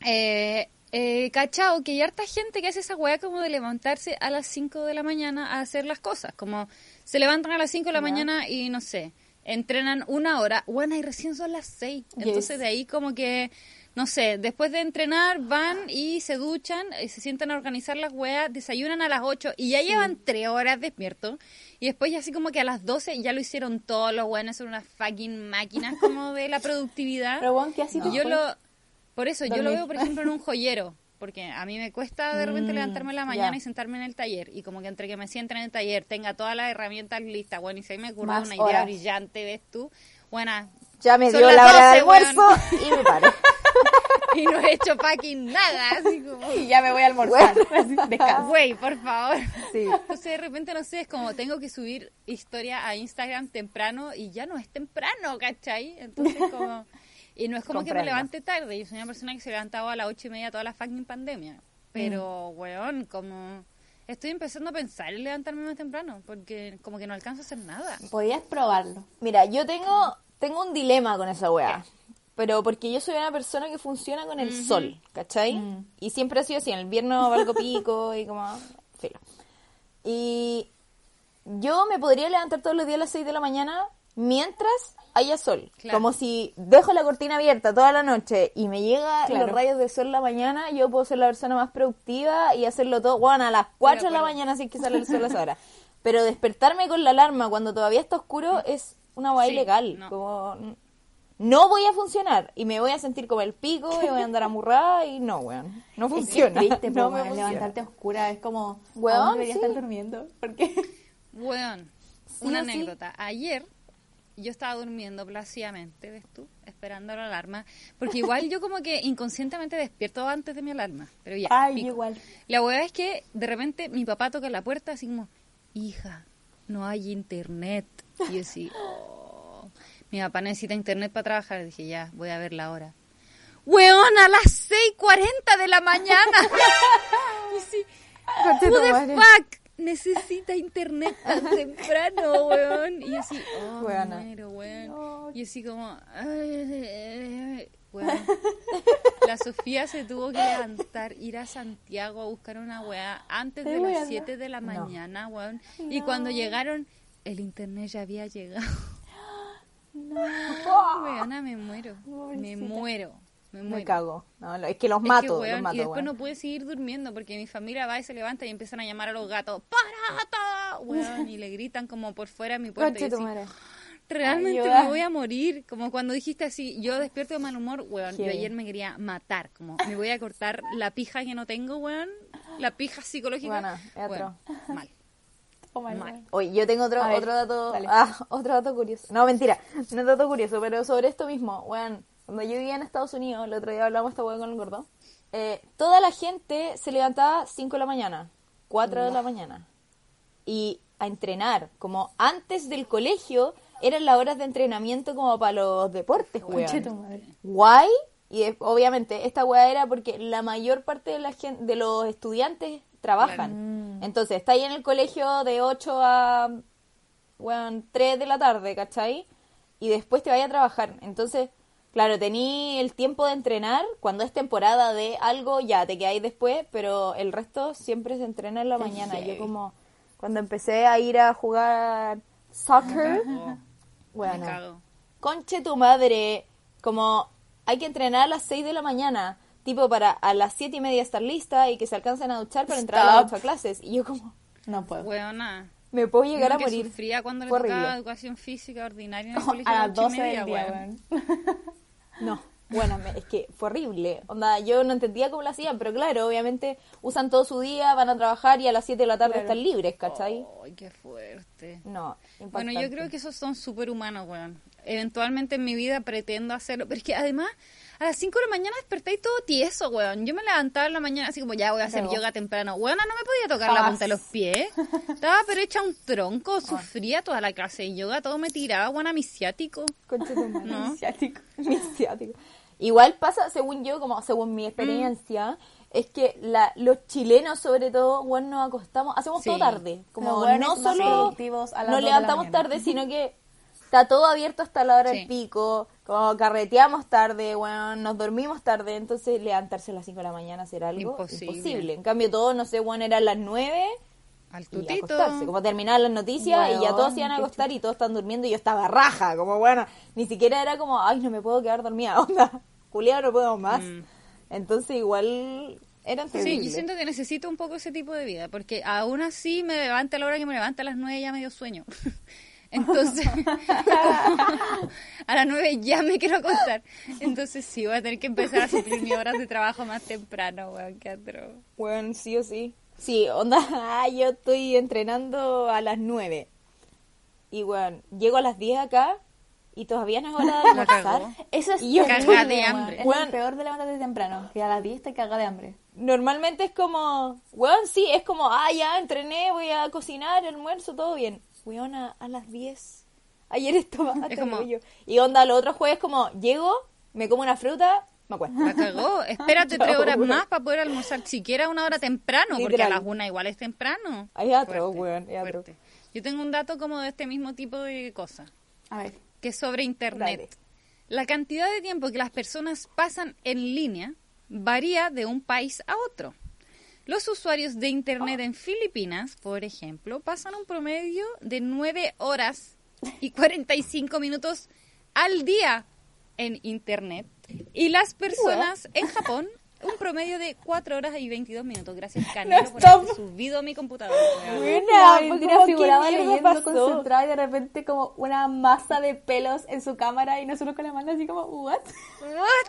Eh, eh, cachao, que hay harta gente que hace esa weá como de levantarse a las 5 de la mañana a hacer las cosas. Como se levantan a las 5 de la mañana y no sé, entrenan una hora. Bueno, y recién son las 6. Entonces de ahí como que. No sé, después de entrenar van y se duchan, y se sientan a organizar las weas, desayunan a las 8 y ya llevan 3 horas despiertos. Y después ya así como que a las 12 ya lo hicieron todos los weones, son unas fucking máquinas como de la productividad.
<laughs> Pero, weón, ¿qué ha sido
Y yo
hoy?
lo... Por eso yo lo
Dormir. Mm,
veo, por ejemplo, en un joyero, porque a mí me cuesta de repente levantarme en la mañana
ya.
y sentarme en el taller. Y como que entre que me sienten en el taller, tenga todas las herramientas listas, bueno, y se me ocurre
Más
una idea
horas.
brillante, ¿ves tú? Bueno,
Ya me
Son
dio
las
la hora de
12, weón.
almuerzo y me paro.
<laughs> y no he hecho packing nada, así como...
<laughs> Y ya me voy a almorzar. <laughs> Descanso.
Güey, por favor.
Sí.
Entonces de repente, no sé, es como tengo que subir historia a Instagram temprano y ya no es temprano, ¿cachai?
<laughs>
Entonces como... Y no es como que me
Comprendo.
levante tarde, yo soy una persona que se levantaba a las ocho y media toda la fucking pandemia.
Mm.
Pero, weón, como... Estoy empezando a pensar en levantarme más temprano, porque como que no alcanzo a hacer nada.
Podías probarlo.
Mira, yo tengo, tengo un dilema con esa weá. Pero porque yo soy una persona que funciona con el sol, ¿cachai? Y siempre ha sido así, en el invierno valgo pico y como... filo. Y yo me podría levantar todos los días a las 6 de la mañana mientras haya sol.
Claro.
Como si dejo la cortina abierta toda la noche y me llega los
Claro.
rayos de sol en la mañana, yo puedo ser la persona más productiva y hacerlo todo, bueno, a las 4 de la
acuerdo.
mañana si es que sale el sol a esa hora. <laughs> Pero despertarme con la alarma cuando todavía está oscuro es una hueá
Sí,
ilegal.
no.
Como, n- no voy a funcionar y me voy a sentir como el pico y voy a andar amurrada y no, weón. No funciona. <laughs>
Triste,
no
no
me funciona.
levantarte a oscura. Es como,
Weón,
weón, debería
sí.
estar durmiendo. Porque
<laughs>
Weón, una
o sí.
anécdota. Ayer yo estaba durmiendo plácidamente, ¿ves tú? Esperando la alarma. Porque igual yo como que inconscientemente despierto antes de mi alarma. Pero ya.
Ay,
pico.
igual.
La hueá es que de repente mi papá toca la puerta así como, hija, no hay internet. Y yo así, "Oh". mi papá necesita internet para trabajar. Y dije, ya, voy a ver la hora. Weón, a las 6.40 de la mañana. y sí,
Concha
Who
tu
the
madre.
fuck necesita internet tan temprano, weón? Y yo así, oh, me
Weona.
muero, weón. Y así como, ay, weón. La Sofía se tuvo que levantar, ir a Santiago a buscar una weá antes de
Estoy
las
weando.
7 de la mañana, weón. Y cuando llegaron, el internet ya había
<gasps>
llegado. No. Weona, me muero. Me muero. Me muero.
Me cago. No, lo- es que los
Es que,
mato, los
weón,
mato,
y después
weón.
no pude seguir durmiendo porque mi familia va y se levanta y empiezan a llamar a los gatos, ¡Parata! Weón, y le gritan como por fuera de mi puerta. y
tu
así,
madre.
Realmente
Ayuda.
me voy a morir. Como cuando dijiste así, yo despierto de mal humor, weón. Yo
Heavy.
ayer me quería matar. Como me voy a cortar la pija que no tengo, weón. La pija psicológica.
Buena, es
Weón, mal.
Oh, my
Mal.
God.
Oye, yo tengo otro,
A ver,
otro dato.
dale.
<laughs> Ah, otro dato curioso. No, mentira. No es dato curioso, pero sobre esto mismo. Weón, cuando yo vivía en Estados Unidos, el otro día hablamos esta weón con el gordo. eh, toda la gente se levantaba 5 de la mañana, 4 de la mañana. Y a entrenar. Como antes del colegio, eran las horas de entrenamiento como para los deportes, weón.
Concha tu madre.
Guay. Y es- obviamente esta weá era porque la mayor parte de, la gente, de los estudiantes trabajan. Entonces, está ahí en el colegio de 8 a weón, 3 de la tarde, ¿cachai? Y después te vaya a trabajar. Entonces, claro, tení el tiempo de entrenar. Cuando es temporada de algo, ya te quedáis después, pero el resto siempre se entrena en la mañana. Yo como cuando empecé a ir a jugar soccer,
Oh, me
bueno,
cago.
Conche tu madre, como hay que entrenar a las 6 de la mañana, tipo para a las 7 y media estar lista y que se alcancen a duchar para entrar a las
Stop.
8 a clases. Y yo como,
No puedo.
Weona.
me puedo <laughs> llegar
Uno
a
que
morir.
sufría cuando le
Fue
tocaba
horrible.
educación física ordinaria en
<laughs>
el
Como
colegio
a
a
las
ocho y
12
media,
del día,
weón.
weón.
No, bueno, me- es que fue horrible. Onda, yo no entendía cómo lo hacían, pero claro, obviamente usan todo su día, van a trabajar y a las 7 de la tarde están libres, ¿cachai?
Ay, qué fuerte.
No, impactante.
Oh. Bueno, yo creo que esos son súper humanos, weón. Eventualmente en mi vida pretendo hacerlo. Pero es que además, a las 5 de la mañana desperté y todo tieso, weón. Yo me levantaba en la mañana así como, ya voy a hacer
Luego.
yoga temprano. Weón, no me podía tocar la
Paz.
punta de los pies. <laughs> Estaba pero hecha un tronco. Sufría toda la clase de yoga. Todo me tiraba, weón, a mi ciático.
Conche tu madre.
¿no?
<laughs>
Asiático.
Mi ciático. Igual pasa, según yo, como según mi experiencia,
Mm.
es que la, los chilenos sobre todo, bueno, nos acostamos, hacemos
Sí.
todo tarde. Como
Los hueones
no
más
solo
productivos a las
nos
dos de la
levantamos
mañana.
tarde, sino que está todo abierto hasta la hora
Sí.
del pico, como carreteamos tarde, bueno, nos dormimos tarde, entonces levantarse a las 5 de la mañana será algo
Imposible.
imposible. En cambio, todo, no sé, bueno, eran las 9
Al
y
tutito.
acostarse, como terminaban las noticias y ya
Weón,
todos se iban a
qué
acostar y todos están durmiendo y yo estaba raja, como bueno, ni siquiera era como, ay, no me puedo quedar dormida, <laughs> onda, Julia, no puedo más. Entonces igual eran
Mm. Sí, yo
terribles.
siento que necesito un poco ese tipo de vida, porque aún así me levanta a la hora que me levanta a las nueve ya medio sueño. <laughs> Entonces, <laughs> como a las 9 ya me quiero acostar. Entonces sí, voy a tener que empezar a suplir mis horas de trabajo más temprano, weón, qué atroz.
Bueno, sí o sí. Sí, onda, <laughs> ah, yo estoy entrenando a las 9. Y bueno, llego a las 10 acá y todavía no es hora
<laughs>
de
La
almorzar.
cagó.
Eso es
Y yo
terrible,
cagada de
weón.
hambre.
Es
Weón.
lo peor de levantarte temprano, que a las 10 te caga de hambre.
Normalmente es como, weón, sí, es como, ah, ya entrené, voy a cocinar, almuerzo, todo bien. Weón, a, a las 10. Ayer <laughs> estaba hasta
Es
el
como-
cuello. Y onda, los otros jueves como, llego, me como una fruta, me
<laughs>
acuerdo.
La cagó.
<laughs>
Espérate tres
Chao,
horas
weón.
más para poder almorzar siquiera una hora temprano, porque a
Literal.
las una igual es temprano.
Ahí atro,
Fuerte,
weón, ahí atro.
fuerte. Yo tengo un dato como de este mismo tipo de cosas,
A ver.
que es sobre internet.
Dale.
La cantidad de tiempo que las personas pasan en línea varía de un país a otro. Los usuarios de internet en Filipinas, por ejemplo, pasan un promedio de 9 horas y 45 minutos al día en internet. Y las personas en Japón, un promedio de 4 horas y 22 minutos. Gracias, Canelo, por
stop.
haber subido a mi computadora.
Buena,
Ay,
porque
como
era
que
figuraba
mierda
leyendo
pasó.
concentrada
y de repente como una masa de pelos en su cámara y nosotros con la mano así como, ¿what?
What?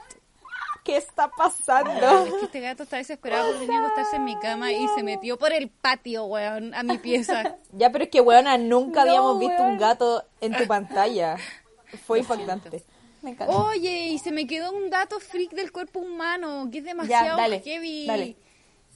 ¿Qué está pasando?
<laughs> Es que este gato está desesperado porque venía a acostarse en mi cama y se metió por el patio, weón, a mi
<laughs>
pieza.
Ya, pero es que, weona, nunca
No,
habíamos visto un
weón.
gato en
<laughs>
tu pantalla. Fue impactante.
Me encanta.
Oye, y se me quedó un dato freak del cuerpo humano, que es demasiado
dale,
heavy.
dale.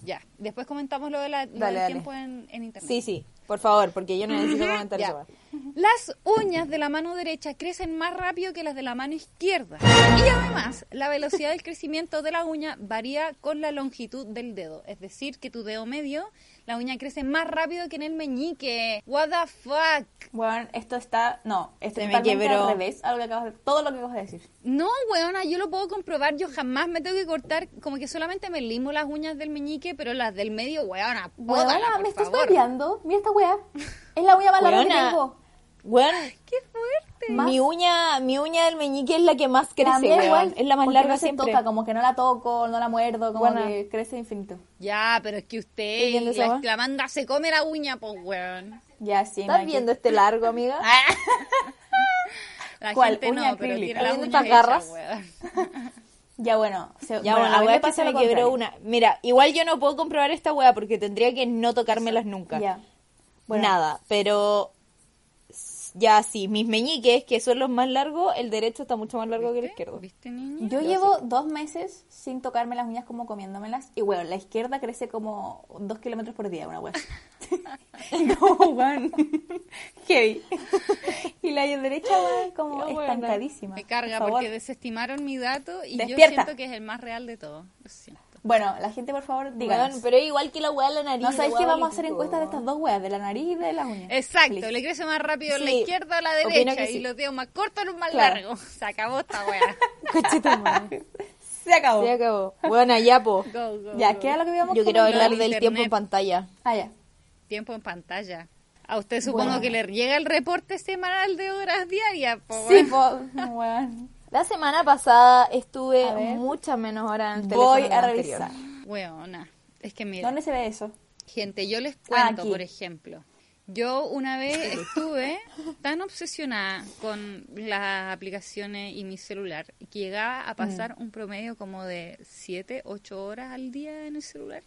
Ya, después comentamos lo, de la, lo
Dale,
del
dale.
tiempo en, en internet.
Sí, sí, por favor, porque yo no necesito comentar
Ya.
eso. más.
Las uñas de la mano derecha crecen más rápido que las de la mano izquierda. Y además, la velocidad del crecimiento de la uña varía con la longitud del dedo. Es decir, que tu dedo medio, la uña crece más rápido que en el meñique. What the fuck?
Bueno, esto está, no, esto
Se me
está
quebró.
al revés a lo que acabas de, todo lo que acabas de decir.
No, weona, yo lo puedo comprobar, yo jamás me tengo que cortar, como que solamente me limo las uñas del meñique, pero las del medio, weona, pódala,
Weona,
por
me estás
favor.
golpeando. Mira esta weá. Es la uña más larga que
Weona,
tengo.
Weón,
¡Qué fuerte!
mi uña, mi uña del meñique es la que más
La
crece,
mía
weón.
igual,
Es la más
porque
larga
no se
siempre.
toca, como que no la toco, no la muerdo, como
Weona.
que crece infinito.
Ya, pero es que usted,
viendo esa
la,
weá?
la manda se come la uña, pues weón.
Ya, sí.
¿Estás
no,
viendo este largo, amiga?
La
¿Cuál?
gente
Uña
no, pero
acrílica.
tiene las
¿Viendo
uñas
estas garras?
hechas, weón.
Ya bueno, se-
Ya,
bueno,
bueno, la
a
weá
mí me
es que
pasa
se
lo
me quebró
contrario.
una. Mira, igual yo no puedo comprobar esta weá porque tendría que no tocármelas nunca.
Ya. Bueno.
Nada, pero s- ya sí, mis meñiques, que son los más largos, el derecho está mucho más largo que el izquierdo.
¿Viste, niña?
Yo llevo dos meses sin tocarme las uñas como comiéndomelas y weón, la izquierda crece como dos kilómetros por día, una weón. <laughs> como weón. <laughs> Heavy. Y la derecha weón como
Ya, weona.
estancadísima.
Me carga
Por favor.
porque desestimaron mi dato y yo
Despierta.
siento que es el más real de todos. Lo siento.
Bueno, la gente por favor díganos.
Weón, pero es igual que la weá de la nariz.
no sabéis
la
que
weá
vamos a hacer
vale pico,
encuestas de
weón.
estas dos weas, de la nariz y de las uñas.
Exacto,
Listo.
le crece más rápido la
Sí,
izquierda o la
opino
derecha
que sí.
y los dedos más cortos o los más
Claro.
largos. <laughs> Se acabó esta weá. <laughs>
Se acabó.
Se acabó. Bueno, ya, <laughs> po.
Go, go,
Ya,
go.
¿qué era lo que íbamos
Yo quiero
comentando?
hablar
del
del tiempo en
internet.
pantalla.
Ah, ya.
tiempo en pantalla. A usted supongo que le llega el reporte semanal de horas diarias. po,
Sí,
weón.
po- <laughs> weón.
La semana pasada estuve
A ver.
muchas menos horas en el teléfono
Voy
que
a
la anterior.
revisar.
Weona. Es que mira,
¿Dónde se ve eso?
gente, yo les cuento,
Ah, Aquí.
por ejemplo. Yo una vez estuve tan obsesionada con las aplicaciones y mi celular que llegaba
Mm.
a pasar un promedio como de 7, 8 horas al día en el celular.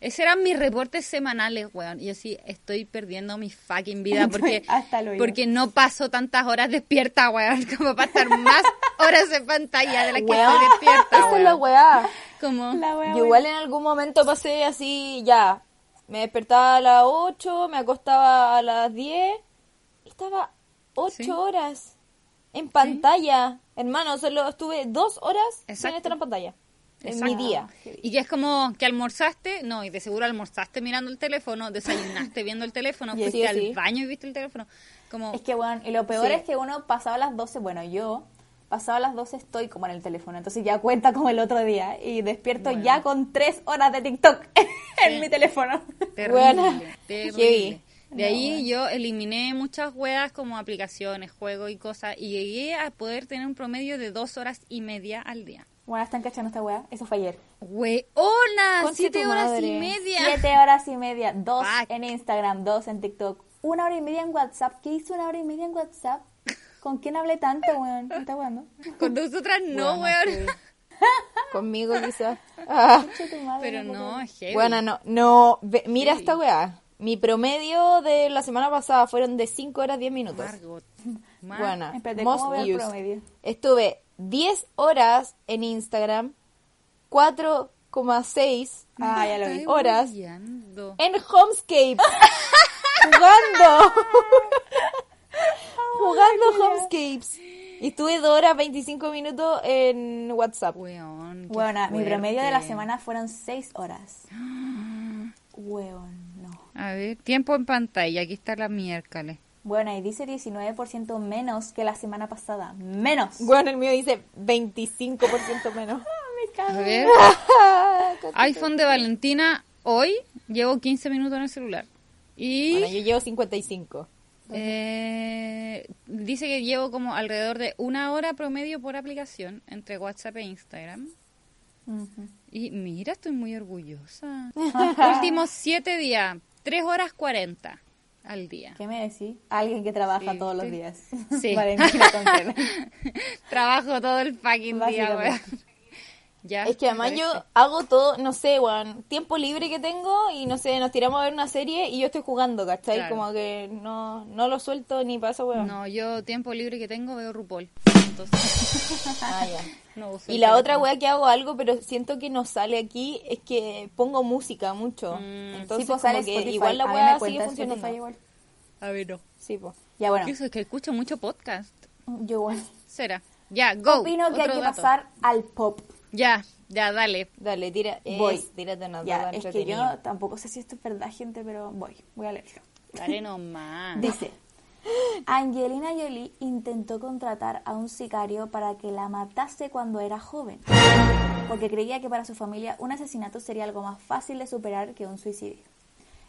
Esos eran mis reportes semanales, weón. Y yo sí, estoy perdiendo mi fucking
<laughs>
vida
Estoy
porque,
hasta el oído.
porque no paso tantas horas despierta, weón, <laughs> como para estar más horas en pantalla de las que
Weón,
estoy despierta,
Esa es la
weón.
weá.
Como,
La wea,
Yo
weón.
igual en algún momento pasé así, ya. Me despertaba a las 8, me acostaba a las 10. y Estaba 8
Sí.
horas en pantalla. Hermano, solo estuve 2 horas sin
Exacto.
estar en pantalla. En mi
Exacto.
día.
Y que es como que almorzaste, no, y de seguro almorzaste mirando el teléfono, desayunaste viendo el teléfono,
<laughs> Sí,
fuiste
sí,
al
sí.
baño y viste el teléfono. Como,
Es que, bueno, y lo peor
Sí.
es que uno pasaba las 12, bueno, yo pasaba las 12 estoy como en el teléfono, entonces ya cuenta como el otro día y despierto ya con 3 horas de TikTok <laughs> en mi teléfono.
Terrible,
Buena. Heavy.
terrible. De ahí yo eliminé muchas weas como aplicaciones, juegos y cosas y llegué a poder tener un promedio de dos horas y media al día.
Bueno, están cachando esta weá, eso fue ayer.
¡Weona!
Conche
Ah, ¡Siete
tu
horas y
madre.
media!
7 horas y media, 2
Fuck.
en Instagram, 2 en TikTok, una hora y media en WhatsApp. ¿Qué hice una hora y media en WhatsApp? ¿Con quién hablé tanto, weón? ¿Me está jugando?
<laughs> Con nosotras no, weón.
Conmigo quizás. Ah.
<laughs> Pero no, es heavy.
Bueno, no, no, ve- mira esta weá. Mi promedio de la semana pasada fueron de 5 horas 10 minutos.
Margot. Mar-
Bueno,
Espérate,
most
¿cómo veo el
views.
promedio?
Estuve 10 horas en Instagram, 4,6
Ah, ya lo
Estoy
vi.
horas.
hueveando.
en Homescape. <laughs> jugando. jugando Homescapes. Y estuve 2 horas 25 minutos en WhatsApp.
Weón. qué
Weona, mi
fuerte.
promedio de la semana fueron 6 horas. Weón, no.
A ver, tiempo en pantalla. Aquí está la miércoles.
Bueno, y dice 19% menos que la semana pasada. ¡Menos!
Bueno, el mío dice 25% menos.
A
<laughs>
ver. iPhone de Valentina. Hoy llevo 15 minutos en el celular. Y
Bueno, yo llevo 55.
eh, dice que llevo como alrededor de una hora promedio por aplicación entre WhatsApp e Instagram. Y mira, estoy muy
<laughs>
orgullosa. Últimos 7 días, 3 horas 40 al
<laughs>
día.
¿Qué me decís? Alguien que trabaja
Sí,
todos los
¿viste?
días. <laughs>
Sí. pues,
Valentina Contreras.
<laughs> Trabajo todo el fucking día, weón.
Básicamente.
Ya,
Es que
me
además yo
parece.
hago todo, no sé, weón, tiempo libre que tengo y no sé, nos tiramos a ver una serie y yo estoy jugando, ¿cachai?
Claro.
Como que no, no lo suelto ni paso, weón.
No, yo tiempo libre que tengo veo RuPaul. Entonces,
<laughs> Ah, ya.
no
<laughs>
uso
Y
el
la
teléfono.
otra weá que hago algo, pero siento que no sale aquí, es que pongo música mucho. Entonces,
Sí, pues,
como
sale
que
Spotify.
igual la
A mí
weá
me cuenta
sigue funcionando.
Spotify igual.
A ver, no.
Sí, pues.
Ya bueno,
Eso es que escucho mucho podcast.
yo igual.
Será. Ya, go.
Opino
Otro
que hay que
dato.
pasar al pop.
Ya, ya, dale.
Dale, tira,
Voy.
es, tírate una
Ya,
duda
es que
entretenida.
yo tampoco sé si esto es verdad, gente, pero voy, voy a leerlo.
Dale nomás.
Dice, Angelina Jolie intentó contratar a un sicario para que la matase cuando era joven, porque creía que para su familia un asesinato sería algo más fácil de superar que un suicidio.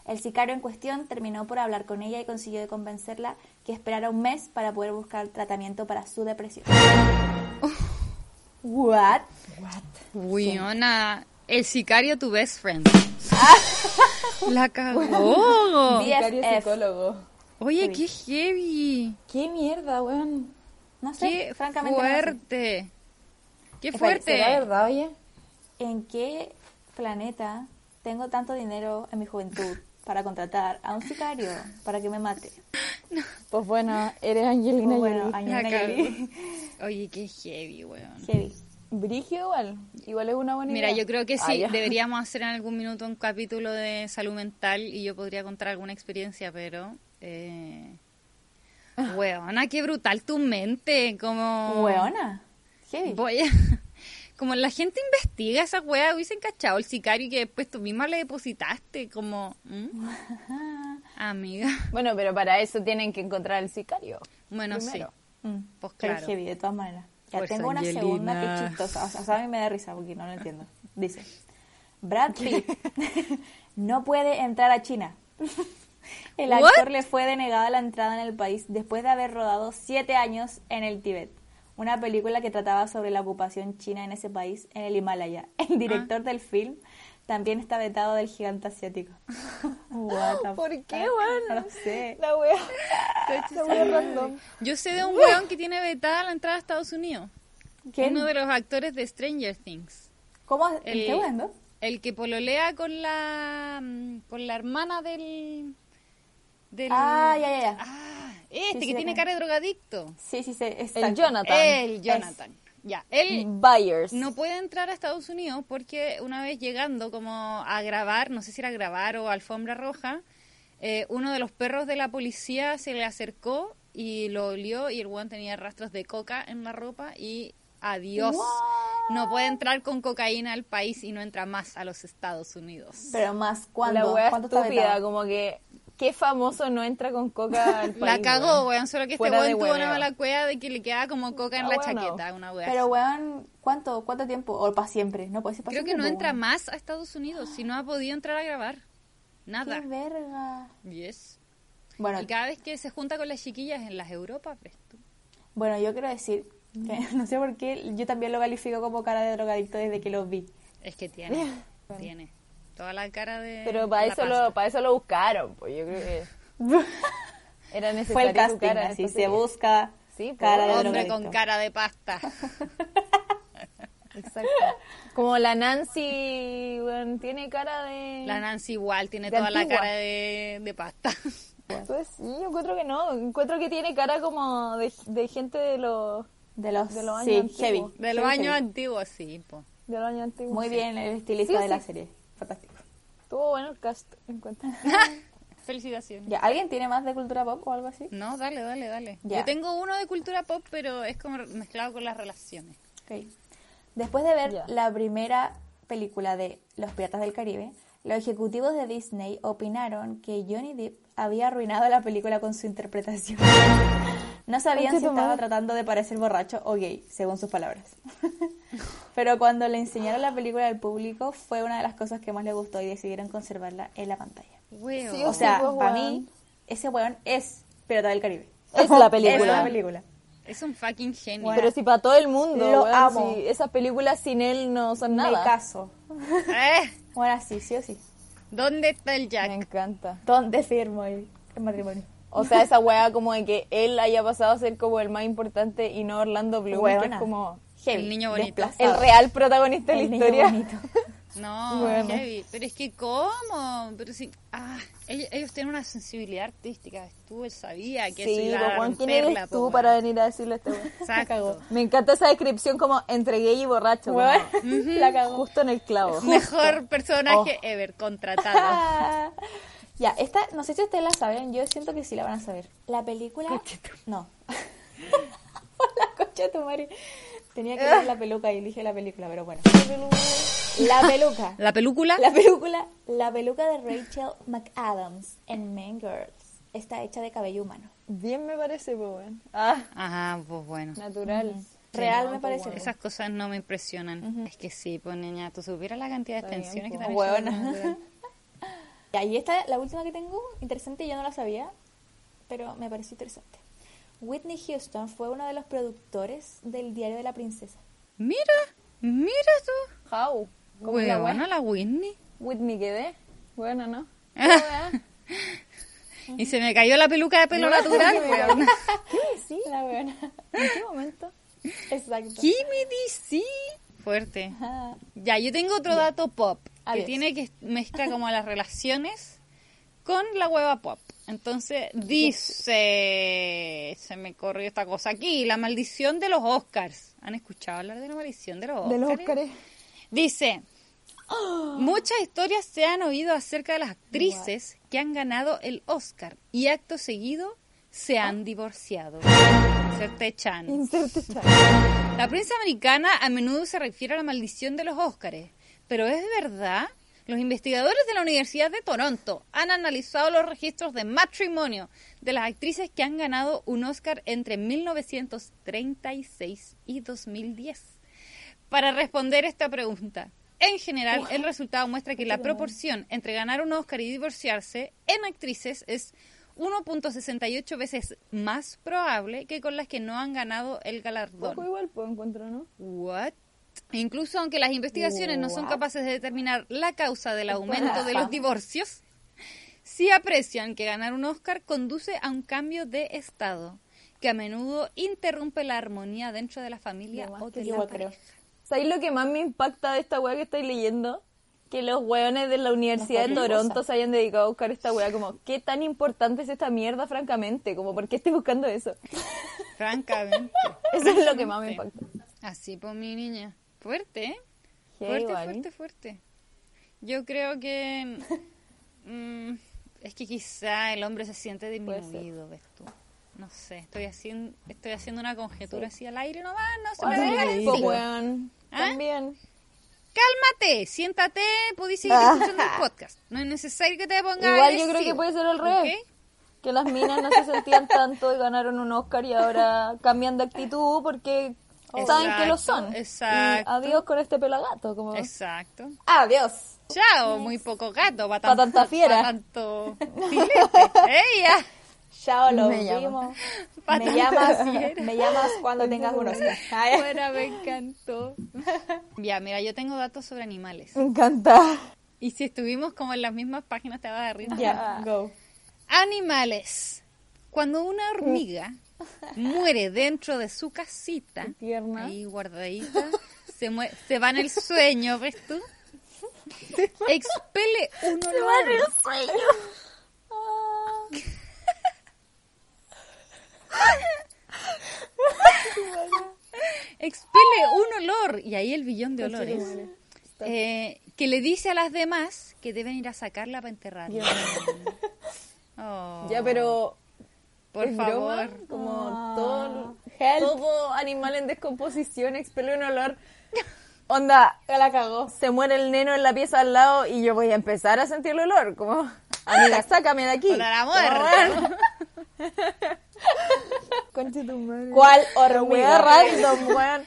El sicario en cuestión terminó por hablar con ella y consiguió convencerla que esperara un mes para poder buscar tratamiento para su depresión. What?
Wiona, el sicario tu best friend.
Ah.
la cagó.
BFF.
psicólogo.
Oye, qué heavy.
¿Qué mierda, weón?
No sé,
Qué
francamente no sé.
fuerte. Qué
Espera,
¿Será
fuerte.
verdad, oye?
¿En qué planeta tengo tanto dinero en mi juventud para contratar a un sicario para que me mate?
Pues bueno, eres Angelina
Pues bueno,
Jolie.
Angelina
La cagó.
Jolie.
Oye, qué heavy, weón.
Heavy.
Brigio igual, igual es una buena
Mira,
idea.
yo creo que
Ah,
sí,
ya.
deberíamos hacer en algún minuto un capítulo de salud mental y yo podría contar alguna experiencia, pero... Eh...
Ah.
Weona, qué brutal tu mente, como...
Hueona. Heavy.
Voy a- <laughs> Como la gente investiga esa wea, hubiesen cachado el sicario y que después tú misma le depositaste, como...
<laughs>
¿Mm? Amiga.
Bueno, pero para eso tienen que encontrar al sicario.
Bueno,
Primero.
Mm,
Pues
pero
claro.
heavy, de todas maneras. Ya
Pues
tengo una
Angelina.
segunda que es chistosa. O sea, o sea, a mí me da risa porque no lo entiendo. Dice, Brad Pitt <laughs> no puede entrar a China. <laughs> El
What?
actor le fue denegada la entrada en el país después de haber rodado siete años en el Tíbet. Una película que trataba sobre la ocupación china en ese país, en el Himalaya. <laughs> El director del film también está vetado del gigante asiático. <laughs> What the
¿Por
fuck?
qué, weón?
<laughs> No lo sé.
La wea. La wea random.
sí. Yo sé de
Uh.
un weón que tiene vetada la entrada a Estados Unidos.
¿Quién?
Uno de los actores de Stranger Things.
¿Cómo?
El,
¿Qué weón, no?
Eh, el que pololea con la mm, con la hermana del, del
Ah, ya, ya, ya.
Ah, este
sí,
que
ya
tiene
caí.
cara de drogadicto.
Sí, sí, sí. exacto.
El Jonathan.
El Jonathan. Ya, él
Byers.
no puede entrar a Estados Unidos porque una vez llegando como a grabar, no sé si era grabar o alfombra roja, eh, uno de los perros de la policía se le acercó y lo olió y el weón tenía rastros de coca en la ropa y adiós. No puede entrar con cocaína al país y no entra más a los Estados Unidos.
Pero más, ¿cuándo?
La wea
¿Cuánto está
estúpida,
vetado?
como que qué famoso no entra con coca
<laughs>
al país.
La cagó,
weón?
weón, solo que este
Fuera de
weón tuvo
hueveo.
una mala cueva de que le quedaba como coca en
Ah,
la
bueno.
chaqueta, una wea
Pero,
así.
weón, ¿cuánto, ¿cuánto tiempo? O para siempre. No puede ser para
Creo
siempre.
que no
po,
entra
weón.
más a Estados Unidos si no ha podido entrar a grabar. Nada.
¡Qué verga!
Yes.
Bueno,
Y cada vez que se junta con las chiquillas en las Europas, ves tú.
bueno, yo quiero decir que <laughs> no sé por qué yo también lo califico como cara de drogadicto desde que lo vi.
Es que tiene, tiene. Toda la cara de...
Pero
la
para eso,
pasta.
<laughs>
lo, para eso lo buscaron, pues yo creo que. Era
Fue
necesario
el
tu
casting,
cara,
así
entonces
se
ya.
busca
Sí, pues,
cara de
Hombre
drogadicto.
con cara de pasta.
Exacto. Como la Nancy, weón, tiene cara de...
La Nancy igual tiene
De
toda la
antigua.
cara de, de pasta. <laughs>
Pues sí, yo encuentro que no. Encuentro que tiene cara como de, de gente de los,
De los,
de los años
sí,
antiguos.
heavy.
Del
Heavy,
baño
heavy.
antiguo, sí. po.
de los años antiguos.
Muy
Sí.
bien el estilista
Sí,
de la
sí.
serie. Fantástico.
Estuvo bueno el cast, encuentro.
Felicitaciones.
Ya, ¿alguien tiene más de cultura pop o algo así?
No, dale, dale, dale.
Ya.
Yo tengo uno de cultura pop, pero es como mezclado con las relaciones.
Ok. Después de ver
Ya.
la primera película de Los Piratas del Caribe, los ejecutivos de Disney opinaron que Johnny Depp había arruinado la película con
<laughs>
su interpretación. No sabían si estaba tratando de parecer borracho o gay, según sus palabras. <laughs> Pero cuando le enseñaron la película al público, fue una de las cosas que más le gustó y decidieron conservarla en la pantalla.
Huevo.
O sea,
pues,
para
weón.
mí, ese weón es Pirata del Caribe.
Es la
Es la
película.
película.
es un fucking genio.
Pero si para todo el mundo,
Lo
weón,
amo.
si esas películas sin él no son
Me
nada.
caso.
<laughs> Eh,
Ahora sí, sí o sí.
¿Dónde está el
Me
Jack?
encanta.
¿Dónde firmo el, el matrimonio?
O sea, esa weá como de que él haya pasado a ser como el más importante y no Orlando Bloom, que
Weona.
es como
Heavy,
El niño bonito.
desplazado.
el real protagonista de
El
la
niño
historia.
bonito.
No,
Bueno.
heavy. Pero es que, ¿cómo? Pero si. Ah, ellos, ellos tienen una sensibilidad artística. Tú él sabía que se
Sí,
iba
pues,
a
weón, ¿quién eres
romperla.
tú
pues,
para
weón.
venir a decirle esto? weón?
Exacto.
Cagó. Me encanta esa descripción como entre gay y borracho. como
<laughs>
Weón, la cagó.
Justo en el clavo. <laughs>
Mejor personaje
Oh.
ever contratado.
Ah. <laughs> ya, esta, no sé si ustedes la saben, yo siento que sí la van a saber. La película... No. <laughs> la concha de tu madre. Tenía que ver la peluca y dije la película, pero bueno. La peluca.
La película.
La película, la peluca de Rachel McAdams en Men Girls está hecha de cabello humano.
Bien me parece, pues, weón. Ah,
Ajá, pues bueno.
natural.
Real me parece.
Esas cosas no me impresionan. Es que sí, pues niña, tú supieras la cantidad de tensiones
pues,
que también.
<laughs> Huevona. y ahí está la última que tengo, interesante, yo no la sabía, pero me pareció interesante. Whitney Houston fue uno de los productores del Diario de la
<gasps>
Princesa.
Mira, mira tú.
How? ¿Cómo es la weá?
Huevona la Whitney.
Whitney quedé. Bueno, ¿no?
Y se me cayó la peluca de pelo
<laughs>
natural, huevona.
Sí, la buena.
¿En qué momento?
<laughs> Exacto.
¿Qué me dice? Fuerte.
<laughs>
Ah,
Ya, yo tengo otro dato pop
A
que
ver.
tiene que mezcla como las relaciones con la hueva pop. Entonces dice, se me corrió esta cosa aquí, la maldición de los Oscars. ¿Han escuchado hablar de la maldición de los Oscars?
De los Óscares.
Dice, muchas historias se han oído acerca de las actrices que han ganado el Oscar y acto seguido se han divorciado. Inserte Chan. La prensa americana a menudo se refiere a la maldición de los Óscares, pero ¿es verdad? Los investigadores de la Universidad de Toronto han analizado los registros de matrimonio de las actrices que han ganado un Óscar entre 1936 y 2010 para responder esta pregunta. En general, el resultado muestra que la proporción entre ganar un Oscar y divorciarse en actrices es 1.68 veces más probable que con las que no han ganado el galardón.
Poco igual, pues, encuentro, ¿no?
What? Incluso aunque las investigaciones no son capaces de determinar la causa del aumento de los divorcios, sí aprecian que ganar un Oscar conduce a un cambio de estado, que a menudo interrumpe la armonía dentro de la familia o de la
yo creo.
pareja.
¿Sabéis lo que más me impacta de esta weá que estoy leyendo? Que los weones de la Universidad de Toronto se hayan dedicado a buscar esta weá. Como, ¿qué tan importante es esta mierda, francamente? Como, ¿por qué estoy buscando
<laughs>
eso?
Francamente.
Eso es lo que más me impacta.
Así pues mi niña. Fuerte, ¿eh?
Qué
Fuerte,
igual.
fuerte, fuerte. Yo creo que... mm, es que quizá el hombre se siente disminuido, ves tú. No sé, estoy haciendo, estoy haciendo una conjetura así al aire nomás, no se me vengan
Sí,
encima.
po, weón.
¿Ah?
También.
Cálmate, siéntate, podéis seguir escuchando
<laughs>
el podcast. No es necesario que te pongas
Ah. Igual yo creo
agresivo,
que puede ser al revés.
¿ok?
Que las minas no se sentían tanto y ganaron un Oscar y ahora cambian de actitud porque saben que lo son.
Exacto, exacto.
Y adiós con este pelagato. Como...
Exacto.
Adiós.
Chao, muy poco gato, para
Pa' tanta fiera. <laughs>
tanto filete. Ella.
Chao, lo
Me llamas.
vimos.
Pa'
Me
tanta
llamas,
<laughs>
fiera.
me llamas cuando tengas un Oscar. Ah, ya.
Bueno, me encantó. Ya, mira, yo tengo datos sobre animales.
Me encanta.
Y si estuvimos como en las mismas páginas, te vas a reír.
Ya, go.
Animales. Cuando una
Mm.
hormiga muere dentro de su
<laughs>
casita, ahí guardadita, se, mue- se va en el sueño, ¿ves tú? Expele un olor. <laughs> expele un olor, y ahí el billón de olores, eh, que le dice a las demás que deben ir a sacarla para enterrarla. Oh,
Ya, pero
por
¿es
favor.
broma? como todo, todo animal en descomposición expele un olor. <laughs> Onda, la cagó. Se muere el neno en la pieza al lado y yo voy a empezar a sentir el olor, como amiga, sácame de aquí. "Ah,
Olor a muerte. <laughs>
Conche tu madre.
¿Cuál
Wea
hormiga?
Mm. random,
<laughs>
weón.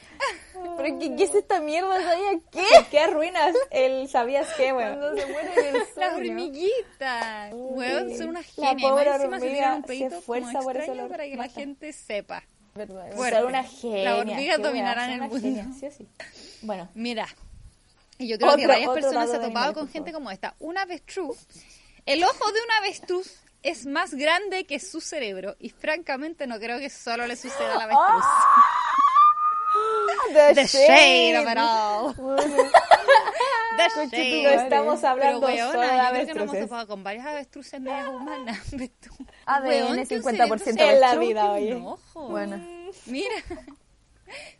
Pero qué, qué es esta mierda, ¿sabía qué?
¿Qué arruinas el sabías qué, weón?
Cuando se muere en el
Las
sueño.
hormiguitas, weón, son unas
La
genias. Y más
pobre
encima se
hormiga
tiran un
se
pedito como
esfuerza por ese
extraño
olor.
para que la gente sepa.
Verdad,
Fuerte.
Son una genia.
Las hormigas
qué
dominarán
weá,
el
son
mundo.
unas genias, sí o sí. Bueno,
Mira, y yo creo que
Otro-
varias
otro
personas se
dato
han
de
topado
animales,
con
por
gente como esta. Un avestruz, el ojo de un avestruz es más grande que su cerebro y francamente no creo que solo le suceda al avestruz.
The
The shade of it
este
<laughs>
all. The shade.
No estamos hablando
Pero, weona,
solo de
yo creo que nos hemos
avestruces.
topado con varias avestruces medias humanas. <laughs> ¿ves tú?
ADN
Weón, que un
50%
cerebro
en la
avestruz
vida,
tiene
<laughs>
oye.
un ojo. mm,
Bueno.
Mira. <laughs>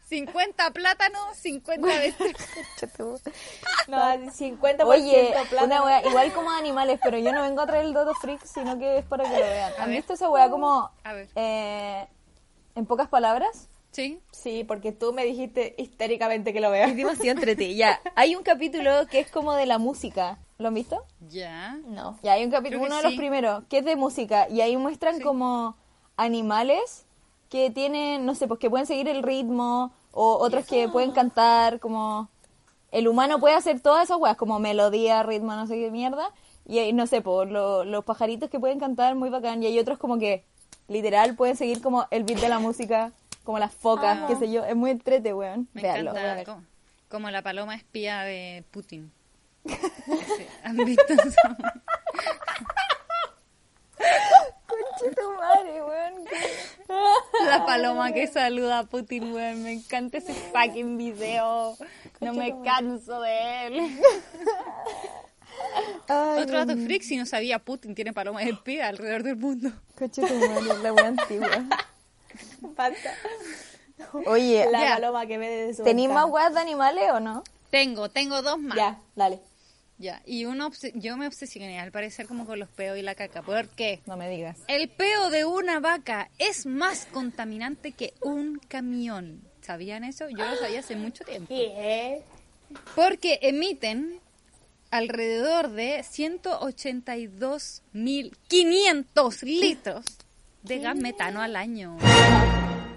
50 plátanos, 50 avestruz.
No, 50
Oye,
plátano.
una wea, igual como animales, pero yo no vengo a traer el dato freak, sino que es para que lo vean.
A
¿Han
ver.
visto esa wea como,
A ver.
eh, en pocas palabras?
<laughs> Sí.
Sí, porque tú me dijiste histéricamente que lo veas.
Demasiado entretilla. Hay un capítulo que es como de la música. ¿Lo han visto?
Ya.
No. Ya hay un
Creo
capítulo,
que
uno de
sí.
los primeros, que es de música, y ahí muestran como animales que tienen, no sé, pues que pueden seguir el ritmo, o otros que pueden cantar, como el humano puede hacer todas esas weas, como melodía, ritmo, no sé qué mierda, y ahí, no sé, pues lo- los pajaritos que pueden cantar muy bacán, y hay otros como que literal pueden seguir como el beat de la música, como las focas, qué sé yo, es muy entrete, weón,
Me
véanlo.
encanta. Como, como la paloma espía de Putin. Sí, ¿Han visto eso?
Tu madre, weón,
<laughs> La paloma que saluda a Putin, weón. Me encanta ese fucking video. No me canso de él. Otro dato freak, si no sabía, Putin tiene palomas espía alrededor del mundo.
Coche tu madre, la wea antigua.
Panta.
Oye,
La
Ya.
paloma que ve de su
¿Tenéis más
ventana.
weas de animales o no?
Tengo, tengo dos más.
Ya, dale.
Ya, Y uno, obse- yo me obsesioné al parecer como con los peos y la caca. ¿Por qué?
No me digas.
El peo de una vaca es más contaminante que un camión. ¿Sabían eso? Yo lo sabía hace mucho tiempo. Porque emiten alrededor de 182.500 litros de gas metano al año,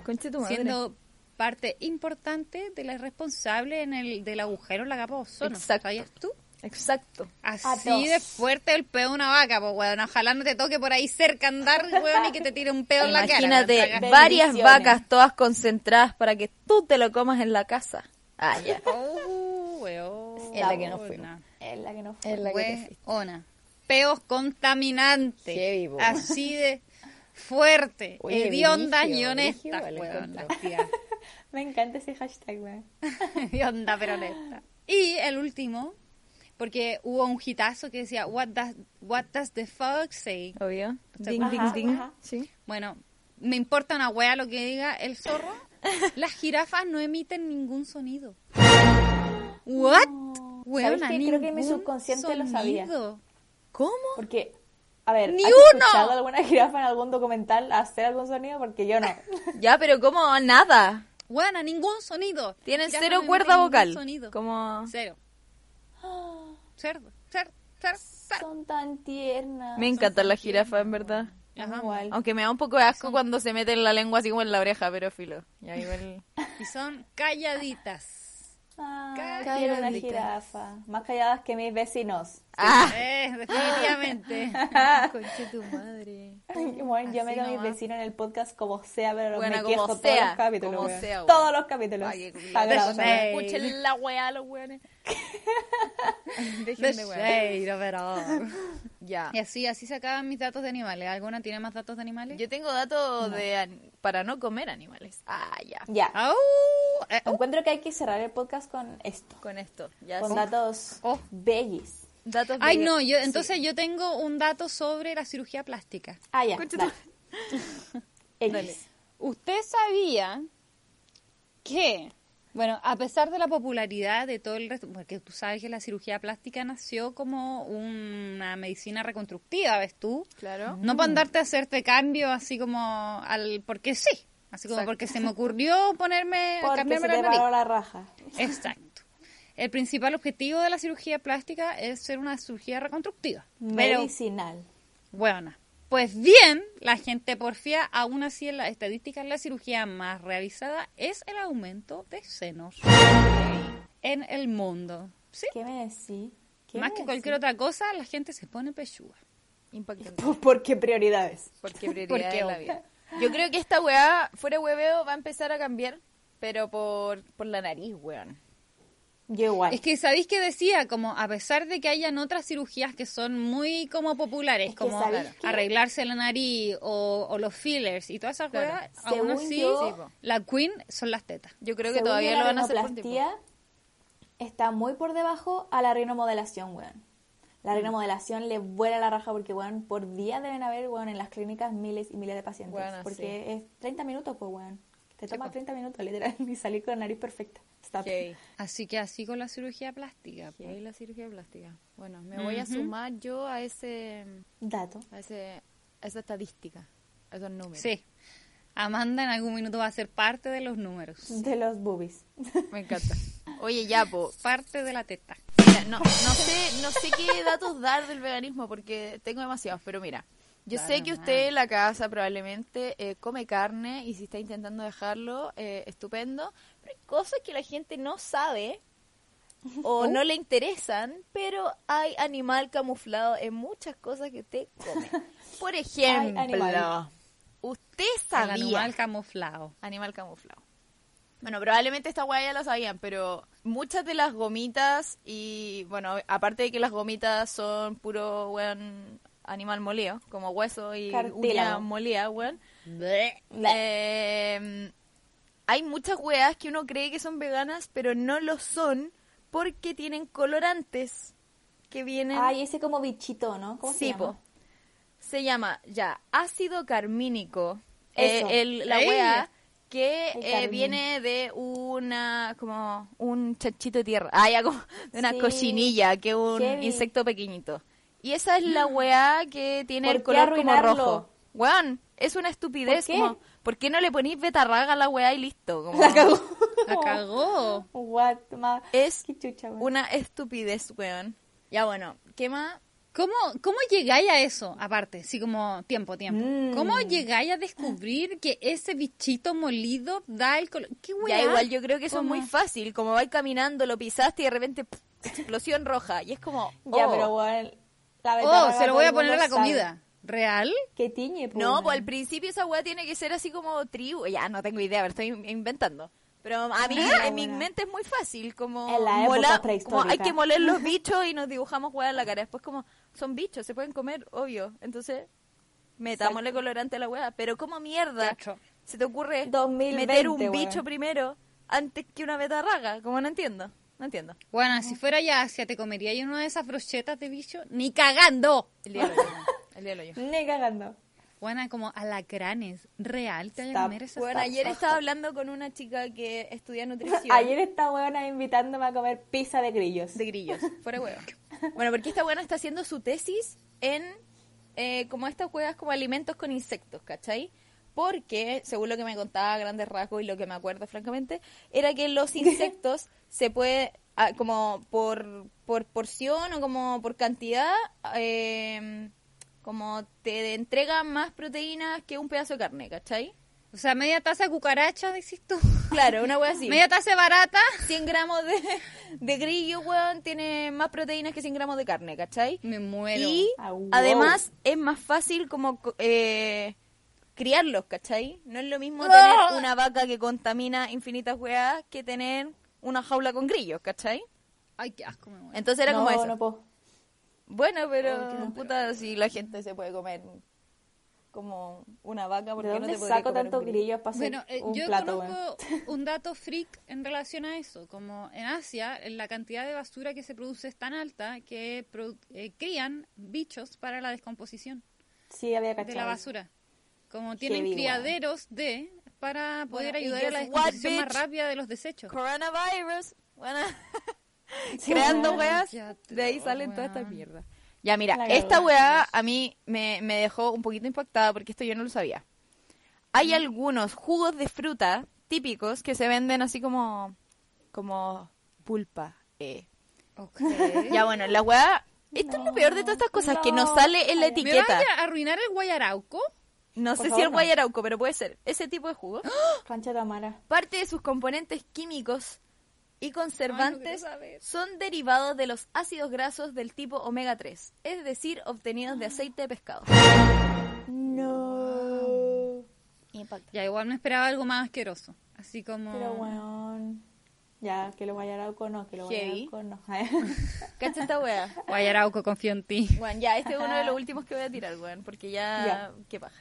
Conche tu Oh, madre.
siendo parte importante de la responsable en el del agujero en la capa de ozono.
Exacto.
¿Sabías tú?
Exacto.
Así de fuerte el peo de una vaca, pues weón. Ojalá no te toque por ahí cerca andar, weón, y que te tire un peo en la cara. weón,
Imagínate,
traga-
varias vacas todas concentradas para que tú te lo comas en la casa. Ah, ya.
Oh, weón.
En la que no fuimos.
Es la que no fue.
Es la que te
Weona. Peos contaminantes.
Heavy, po.
Así de fuerte.
Oye,
Hedionda y
brígido,
honesta,
brígido, la
weón, las
encuentro.
<laughs> tías.
Me encanta ese hashtag, weón.
Hedionda pero honesta. Y el último, porque hubo un hitazo que decía, What does, what does the fuck say?
Obvio. Ding, ding, ding. Sí.
Bueno, me importa una wea lo que diga el zorro. Las jirafas no emiten ningún sonido. What? Weona,
¿Sabes qué? Creo que mi
ningún
subconsciente lo sabía.
sonido. ¿Cómo?
Porque, a ver,
¡Ni
¿has
uno!
escuchado alguna jirafa en algún documental hacer algún sonido? Porque yo no.
Ya, pero como nada.
Buena, ningún sonido.
Tienen
Ya
cero
no me
cuerda
ningún
vocal.
sonido.
Como
Cero. Cerdo, cerdo, cerdo, cerdo.
<laughs> Son tan tiernas.
me encantan las jirafas, en verdad.
Ajá.
Igual.
Aunque me da un poco de asco cuando se meten la lengua así como en la oreja, pero filo.
<laughs>
Ya igual.
Y son
<laughs>
calladitas.
Ah,
Ca-
quiero una
calladita.
jirafa. Más calladas que mis vecinos.
Ah,
Eh, definitivamente.
<laughs>
conche tu madre.
Bueno, yo meto a mis
nomás.
vecinos en el podcast como sea, pero
Bueno,
me
como
quejo todos
sea,
los capítulos.
como
weón.
sea, weón.
todos los capítulos.
Ay, qué
Sagrados,
culiao.
sagrados.
Escuchen la weá, los weones.
The shade of it all.
Ya.
Y así, así se acaban mis datos de animales. ¿Alguna tiene más datos de animales?
Yo tengo datos de an- para no comer animales.
Ah, ya.
Ya.
¡Au! Eh, oh.
Encuentro que hay que cerrar el podcast con esto.
Con esto. Ya
Con
sí.
datos
Oh.
bellis.
datos
Ay,
de-
no, yo,
sí.
entonces yo tengo un dato sobre la cirugía plástica.
Ah, ya.
Concha
dale. X.
¿Usted sabía que, bueno, a pesar de la popularidad de todo el resto, porque tú sabes que la cirugía plástica nació como una medicina reconstructiva, ¿ves tú?
Claro.
No para andarte a hacerte cambio así como al porque sí, así como porque se me ocurrió <laughs> ponerme
Porque se
cambiarme
te
la nariz.
paró la raja.
Exacto. El principal objetivo de la cirugía plástica es ser una cirugía reconstructiva. Pero
Medicinal.
Buena. Pues bien, la gente porfía, aún así en las estadísticas, la cirugía más realizada es el aumento de senos en el mundo. ¿Sí?
¿Qué me decís? ¿Qué
Más que
me decís?
cualquier otra cosa, la gente se pone pechuga.
<laughs>
Impactante.
Por- Porque prioridades. <laughs>
Porque prioridad
Porque
de la vida. Yo creo que esta weá, fuera hueveo, va a empezar a cambiar, pero por, por la nariz, weón.
Yo igual.
Es que, ¿sabéis que decía? Como, a pesar de que hayan otras cirugías que son muy como populares,
Es que
como
¿sabéis
claro,
qué?
arreglarse la nariz o, o los fillers y todas esas
Claro.
cosas, aún
Según
así,
yo-
sí, po. la queen son las tetas.
Yo creo que
Según yo,
todavía lo van a hacer
La
por tiempo.
rinoplastía está muy por debajo a la rinomodelación, weón.
Mm.
La rinomodelación le vuela la raja porque, weón, por día deben haber, weón, en las clínicas miles y miles de pacientes.
Weona,
porque es 30 minutos, pues, weón. Te toma 30 minutos, literal, <laughs> y salir con la nariz perfecta. Stop.
Ok.
Así que así con la cirugía plástica.
Y ahí la cirugía plástica. Bueno, me voy a sumar yo a ese,
Dato.
a ese, a esa estadística, a esos números.
Sí. Amanda en algún minuto va a ser parte de los números.
De los boobies.
Me encanta. Oye, ya, po.
Parte de la teta.
Mira, no, no sé, no sé qué datos dar del veganismo porque tengo demasiados, pero mira. Yo sé que usted en la casa probablemente eh, come carne y si está intentando dejarlo, eh, estupendo. Pero hay cosas que la gente no sabe o no le interesan, pero hay animal camuflado en muchas cosas que usted come. Por ejemplo,
animal.
usted
El
sabía
animal camuflado.
Animal camuflado. Bueno, probablemente esta guay ya la sabían, pero muchas de las gomitas y, bueno, aparte de que las gomitas son puro, weón, animal molido, como hueso y
Cartílago.
uña molida, weón. Eh, hay muchas weas que uno cree que son veganas, pero no lo son porque tienen colorantes que vienen...
Ay, ese como bichito, ¿no? ¿Cómo se
Sí, po.
llama?
Se llama ya ácido carmínico.
Eso.
Eh, el- la
¡Ey!
wea que
El
eh,
carmín.
viene de una como un chanchito de tierra, ah, ya, como de una
Sí.
cochinilla, que es un
Heavy.
insecto pequeñito. Y esa
<gasps>
es la weá que tiene
¿Por
el
qué
color como
arruinarlo?
rojo. Weón, es una estupidez.
¿Por qué?
Como, ¿Por qué no le ponéis betarraga a la weá y
<laughs>
listo? Como, Oh.
La cagó.
What? ma-
Es
Qué chucha, weón.
una estupidez, weón. Ya bueno, ¿qué más?
¿Cómo, ¿Cómo llegáis a eso? Aparte, sí, como tiempo, tiempo.
Mm.
¿Cómo llegáis a descubrir que ese bichito molido da el color? ¿Qué
Ya
weá?
igual, yo creo que eso
¿Cómo?
es muy fácil, como vais caminando, lo pisaste y de repente ¡puf! explosión roja y es como
Ya,
oh.
pero, weón. La
Oh,
betarraga
se lo
todo
voy a
el
poner a
mundo
la
sabe.
comida. ¿Real?
Que tiñe, po,
No,
weón.
pues al principio esa weá tiene que ser así como tribu, ya no tengo idea, pero estoy in- inventando. Pero a mí en mi
Ahora.
mente es muy fácil, como,
En la época
mola-
prehistórica.
como hay que moler <laughs> los bichos y nos dibujamos weá en la cara. Después como son bichos, se pueden comer, obvio. Entonces metámosle colorante a la weá. Pero como mierda
Cacho.
se te ocurre
2020,
meter un
weá.
bicho primero antes que una betarraga, como no entiendo, no entiendo.
Bueno, si fuera ya Asia, ¿te comería yo una de esas brochetas de bicho? ¡Ni cagando!
El día del hoyo. El día del hoyo.
Ni cagando.
Buena, como alacranes. ¿Real te vaya a
Está
comer esas
Bueno, ayer estaba hablando con una chica que <laughs> estudia nutrición.
Ayer esta weona invitándome a comer pizza de grillos.
De grillos. Fuera huevo. <laughs> Bueno, porque esta buena está haciendo su tesis en eh, como estas huevas como alimentos con insectos, ¿cachai? Porque, según lo que me contaba a grandes rasgos y lo que me acuerdo francamente, era que los <laughs> insectos se puede, ah, como por, por porción o como por cantidad, eh, como te entregan más proteínas que un pedazo de carne, ¿cachai?
O sea, media taza de cucaracha, decís tú.
Claro, una hueá así. <laughs>
Media taza de barata.
100 gramos de, de grillo, weón, tiene más proteínas que 100 gramos de carne, ¿cachai?
Me muero.
Y
Ah, wow.
además es más fácil como co- eh, criarlos, ¿cachai? No es lo mismo tener una vaca que contamina infinitas weas que tener una jaula con grillos, ¿cachai?
Ay, qué asco, me muero.
Entonces era
no,
como eso.
no puedo.
Bueno, pero puta, si la gente se puede comer como una vaca, ¿por
¿De
qué no
dónde
te podrías
saco
comer
tantos
un grillo?
grillos para hacer
Bueno, eh,
un
yo
plato, weón?
conozco un dato freak en relación a eso, como en Asia en la cantidad de basura que se produce es tan alta que produ- eh, crían bichos para la descomposición
Sí, había
de la
cachado.
basura. Como tienen
Heavy, weón.
criaderos de para poder
Bueno, y
ayudar a la
guess what,
descomposición más
bitch?
rápida de los desechos.
Coronavirus. Bueno, creando weas.
Ya te-
De ahí salen todas estas mierdas. Ya, mira,
Oh, La
esta
cagó.
weá a mí me, me dejó un poquito impactada porque esto yo no lo sabía. Hay algunos jugos de fruta típicos que se venden así como, como pulpa. eh.
Ok.
Ya, bueno, la weá... Esto es lo peor de todas estas cosas, que no sale en la
¿Me vas
etiqueta.
a arruinar el guayarauco?
No
Por
sé si
favor,
el
no.
guayarauco, pero puede ser. Ese tipo de jugo.
Rancho Tamara.
Parte de sus componentes químicos y conservantes son derivados de los ácidos grasos del tipo omega 3, es decir, obtenidos de aceite de pescado.
Ya, igual me esperaba algo más asqueroso. Así como...
Ah.
Pero weón. Ya, que lo guayarauco no, que lo
Heavy.
guayarauco no.
¿Cacha esta weá?
Guayarauco, confío en ti.
Bueno, ya, este es uno de los últimos que voy a tirar, weón, porque ya...
Ya.
qué paja.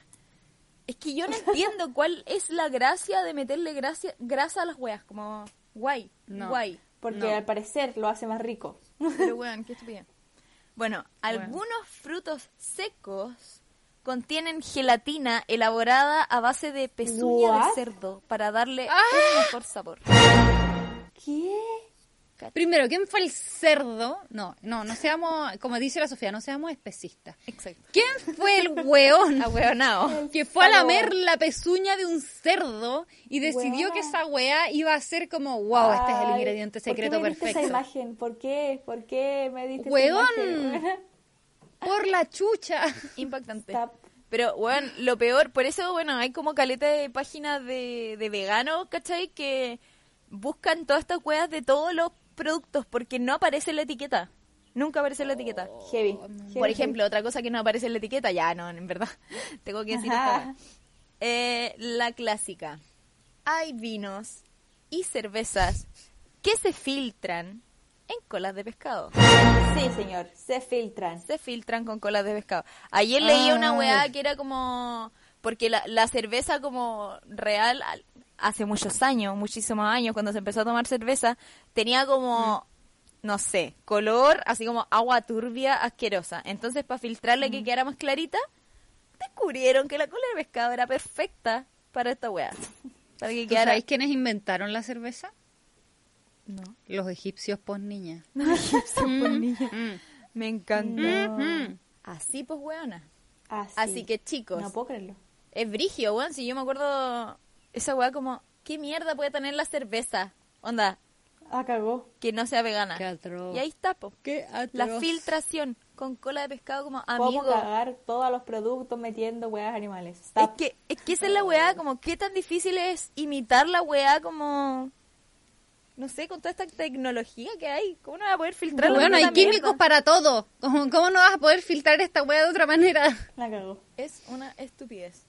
Es que yo no entiendo cuál es la gracia de meterle gracia, grasa a las weas, como guay,
No.
guay.
<laughs> Porque al parecer lo hace más rico.
Pero weón, qué estupidez. Bueno, algunos frutos secos contienen gelatina elaborada a base de pezuña de
What?
cerdo para darle un mejor sabor.
¿Qué?
Primero, ¿quién fue el cerdo? No, no, no seamos, como dice la Sofía, no seamos especistas.
Exacto.
¿Quién fue el
<laughs>
weón
Ahueonao.
que fue a lamer la pezuña de un cerdo y decidió que esa weá iba a ser como, wow, este es el
Ay,
ingrediente secreto
¿por qué me diste esa
perfecto?
imagen? ¿Por qué? ¿Por qué me diste
Weón.
esa imagen? weón?
Por la
<laughs>
chucha.
Impactante.
Está-
Pero, bueno, lo peor, por eso, bueno, hay como caleta de páginas de, de veganos, ¿cachai? Que buscan todas estas cuevas de todos los productos porque no aparece en la etiqueta. Nunca aparece en la etiqueta.
Heavy.
Por ejemplo, otra cosa que no aparece en la etiqueta, ya no, en verdad. Tengo que decir esta
Ajá.
weá. Eh, La clásica. Hay vinos y cervezas que se filtran en colas de pescado.
Sí, señor. Se filtran.
Se filtran con colas de pescado. Ayer leí una weá que era como. Porque la, la cerveza, como real, al- hace muchos años, muchísimos años, cuando se empezó a tomar cerveza, tenía como. No sé, color así como agua turbia asquerosa. Entonces, para filtrarle que quedara más clarita, descubrieron que la cola de pescado era perfecta para esta weá. Para <laughs> que
¿Tú
quedara.
sabéis quiénes inventaron la cerveza?
No.
Los egipcios pos niña.
Me encanta.
Mm.
Así pues, weona.
Así,
Así que, chicos.
No puedo creerlo.
Es brigio, weón. Si yo me acuerdo esa weá como, ¿qué mierda puede tener la cerveza? Onda,
Ah, cagó.
que no sea vegana.
Qué atroz.
Y ahí está, po.
Qué atroz.
La filtración con cola de pescado como
Podemos
amigo.
cagar todos los productos metiendo weas animales.
Es
Stop.
que, es que esa es la weá, como, ¿qué tan difícil es imitar la weá como... No sé, con toda esta tecnología que hay, ¿cómo no va a poder filtrar
Bueno, hay químicos para todo. ¿Cómo, cómo no vas a poder filtrar esta weá de otra
<laughs>
manera?
Eh.
La cagó.
Es una estupidez.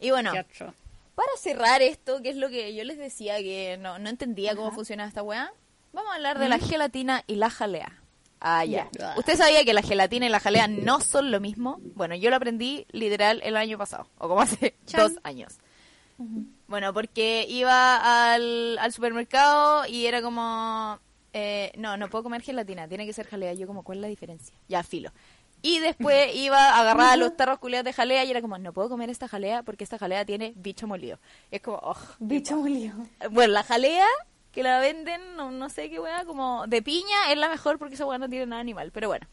Y bueno,
Qué atroz.
Para cerrar esto, que es lo que yo les decía que no, no entendía cómo funcionaba esta weá, vamos a hablar de la gelatina y la jalea. Ah, ya. ¿Usted sabía que la gelatina y la jalea no son lo mismo? Bueno, yo lo aprendí literal el año pasado, o como hace dos años. Bueno, porque iba al, al supermercado y era como, eh, no, no puedo comer gelatina, tiene que ser jalea. Yo como, ¿cuál es la diferencia? Ya, filo. Y después iba, agarraba los tarros culiados de jalea y era como, no puedo comer esta jalea porque esta jalea tiene bicho molido. Es como, oh.
Bicho molido. <laughs>
Bueno, la jalea que la venden, no, no sé qué weá, como de piña, es la mejor porque esa weá no tiene nada animal. Pero bueno,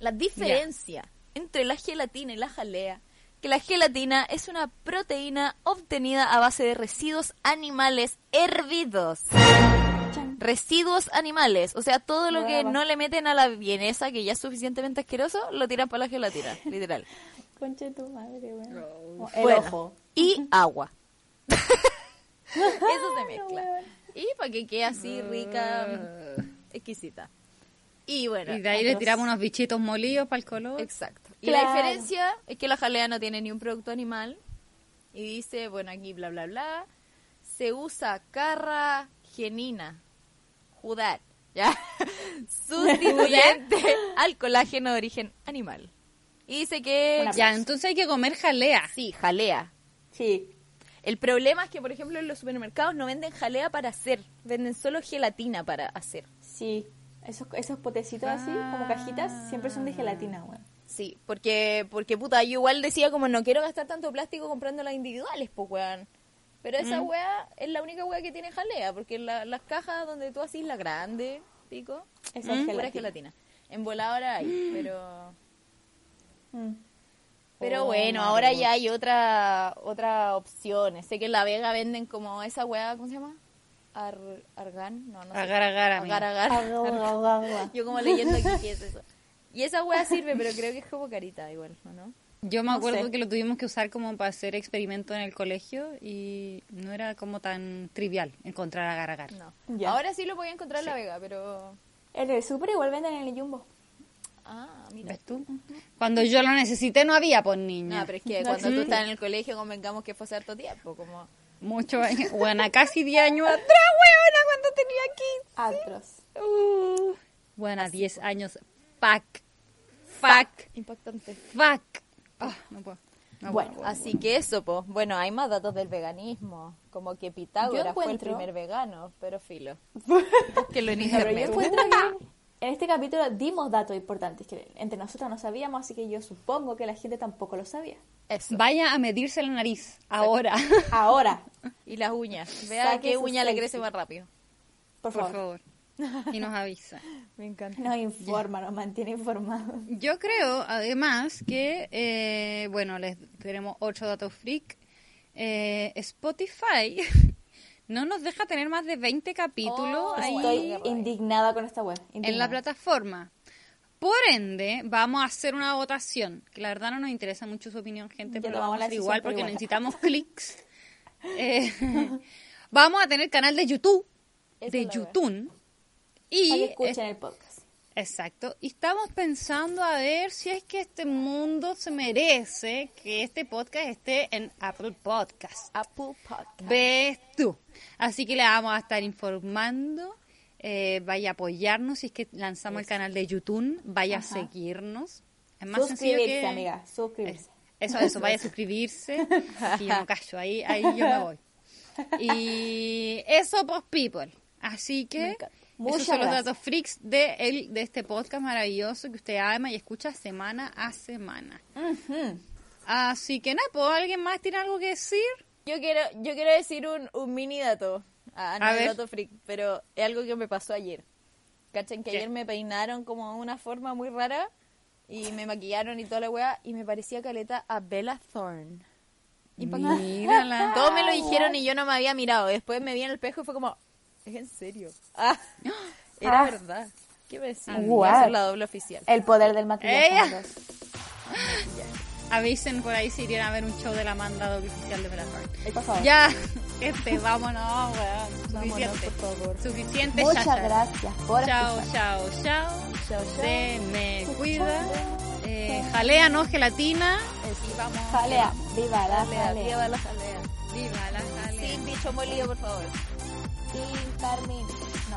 la diferencia entre la gelatina y la jalea, que la gelatina es una proteína obtenida a base de residuos animales hervidos. Residuos animales, o sea, todo lo que no le meten a la vienesa, que ya es suficientemente asqueroso, lo tiran para la gelatina, literal.
Concha de tu madre, weón. El
Bueno,
ojo.
Y agua. Eso se mezcla. Y para que quede así rica, mm, exquisita. Y bueno.
Y de ahí le tiramos unos bichitos molidos para el color.
Exacto. Y la diferencia es que la jalea no tiene ni un producto animal. Y dice, bueno, aquí bla, bla, bla. Se usa carragenina. Judar. ¿Ya? <laughs> Sustituyente al colágeno de origen animal. Y dice que
Ya, entonces hay que comer jalea.
sí, jalea.
Sí.
El problema es que, por ejemplo, en los supermercados no venden jalea para hacer, venden solo gelatina para hacer.
Sí. Esos, esos potecitos así, como cajitas, siempre son de
Ah.
gelatina, weón.
Sí, porque, porque puta, yo igual decía como no quiero gastar tanto plástico comprando las individuales, pues weón. Pero
Mm.
esa weá es la única weá que tiene jalea, porque la- las cajas donde tú haces la grande, pico,
Esa es
es pura
gelatina.
gelatina. En
<gasps>
voladora hay, pero...
Mm. Oh,
Pero bueno, ahora ya hay otra otra opciones. Sé que en La Vega venden como esa weá, ¿cómo se llama? Ar, argan, no, no sé.
Agar, agar, amiga.
Agar, agar. Yo como leyendo aquí qué es eso. Y esa weá sirve, pero creo que es como carita igual, ¿o no?
Yo me acuerdo que lo tuvimos que usar como para hacer experimento en el colegio y no era como tan trivial encontrar agar agar.
No.
Ya.
Ahora sí lo voy a encontrar en La Vega, pero...
En el super igual venden en el jumbo.
Ah, mira.
¿Ves tú? Cuando yo lo necesité no había, pues
No,
niña.
pero es que cuando tú estás en el colegio convengamos que fue hace harto tiempo, como...
Mucho año- Bueno, casi 10 años
<laughs>
atrás, huevona, cuando tenía 15.
Atros.
Uh. Bueno, 10 años. Fuck. Fuck.
Impactante.
Fuck. Ah, no puedo. No
Bueno,
puedo.
Así que eso, pues. Bueno, hay más datos del veganismo. Como que Pitágoras
Yo
fue el
encuentro-
primer vegano,
<laughs>
pero filo. que lo en internet.
Pero yo encuentro que
<laughs>
en este capítulo dimos datos importantes que entre nosotras no sabíamos, así que yo supongo que la gente tampoco lo sabía.
Eso.
Vaya a medirse la nariz ahora.
Ahora,
Y las uñas. Vea
Saque
qué
sus
uña le
selfies.
crece más rápido.
<laughs>
por
Por
favor,
favor. Y nos avisa.
Me encanta.
nos informa, nos mantiene informados.
Yo creo, además, que, eh, bueno, les tenemos otro dato freak. Eh, Spotify <laughs> no nos deja tener más de 20 capítulos ahí
Estoy indignada con esta web.
en la
indignada.
plataforma. Por ende, vamos a hacer una votación, que la verdad no nos interesa mucho su opinión, gente,
Ya
pero lo
tomamos
vamos a
la
hacer
decisión
igual
por
porque
igual.
necesitamos <laughs>
<laughs>
clics. Eh, vamos a tener canal de YouTube, de YouTube,
Para que
y
escuchen el podcast.
Exacto. Y estamos pensando a ver si es que este mundo se merece que este podcast esté en Apple Podcast.
Apple Podcast.
Ves tú. Así que le vamos a estar informando. eh, vaya a apoyarnos si es que lanzamos el canal de YouTube. Vaya a seguirnos. Es más sencillo
Suscribirse,
que...
amiga, suscribirse.
Eso, eso, vaya a
<laughs>
suscribirse. Y yo no callo, ahí, ahí yo me voy. Y eso, pues, people. Así que, esos
Muchas
son los
gracias.
datos freaks de, el, de este podcast maravilloso que usted ama y escucha semana a semana. Así que, nada, pues, ¿alguien más tiene algo que decir?
Yo quiero, yo quiero decir un, un mini dato. Ah, no
A
es
ver.
dato freak, pero es algo que me pasó ayer. Cachen que
¿Qué?
ayer me peinaron como de una forma muy rara y me maquillaron y toda la weá y me parecía caleta a Bella Thorne.
Mírala.
Todos me lo dijeron y yo no me había mirado. Después me vi en el espejo y fue como, es en serio. Ah, era verdad. ¿Qué me decís? Voy a hacer la doble oficial.
El poder del maquillaje.
Ella.
amigos.
Avisen por ahí si irían a ver un show de la Amanda doble oficial de Blackheart.
Por favor.
Ya, <laughs> este, vámonos, weón. Suficiente. Suficiente,
Muchas
ya, ya.
gracias por
Chao,
escuchar.
chao, chao.
Chao,
Se me cuida. Eh, jalea, no gelatina. Y vamos.
Jalea, viva la jalea.
Lleva la jalea.
Viva la jalea.
Sin bicho molido, por favor.
Y Carmen. No,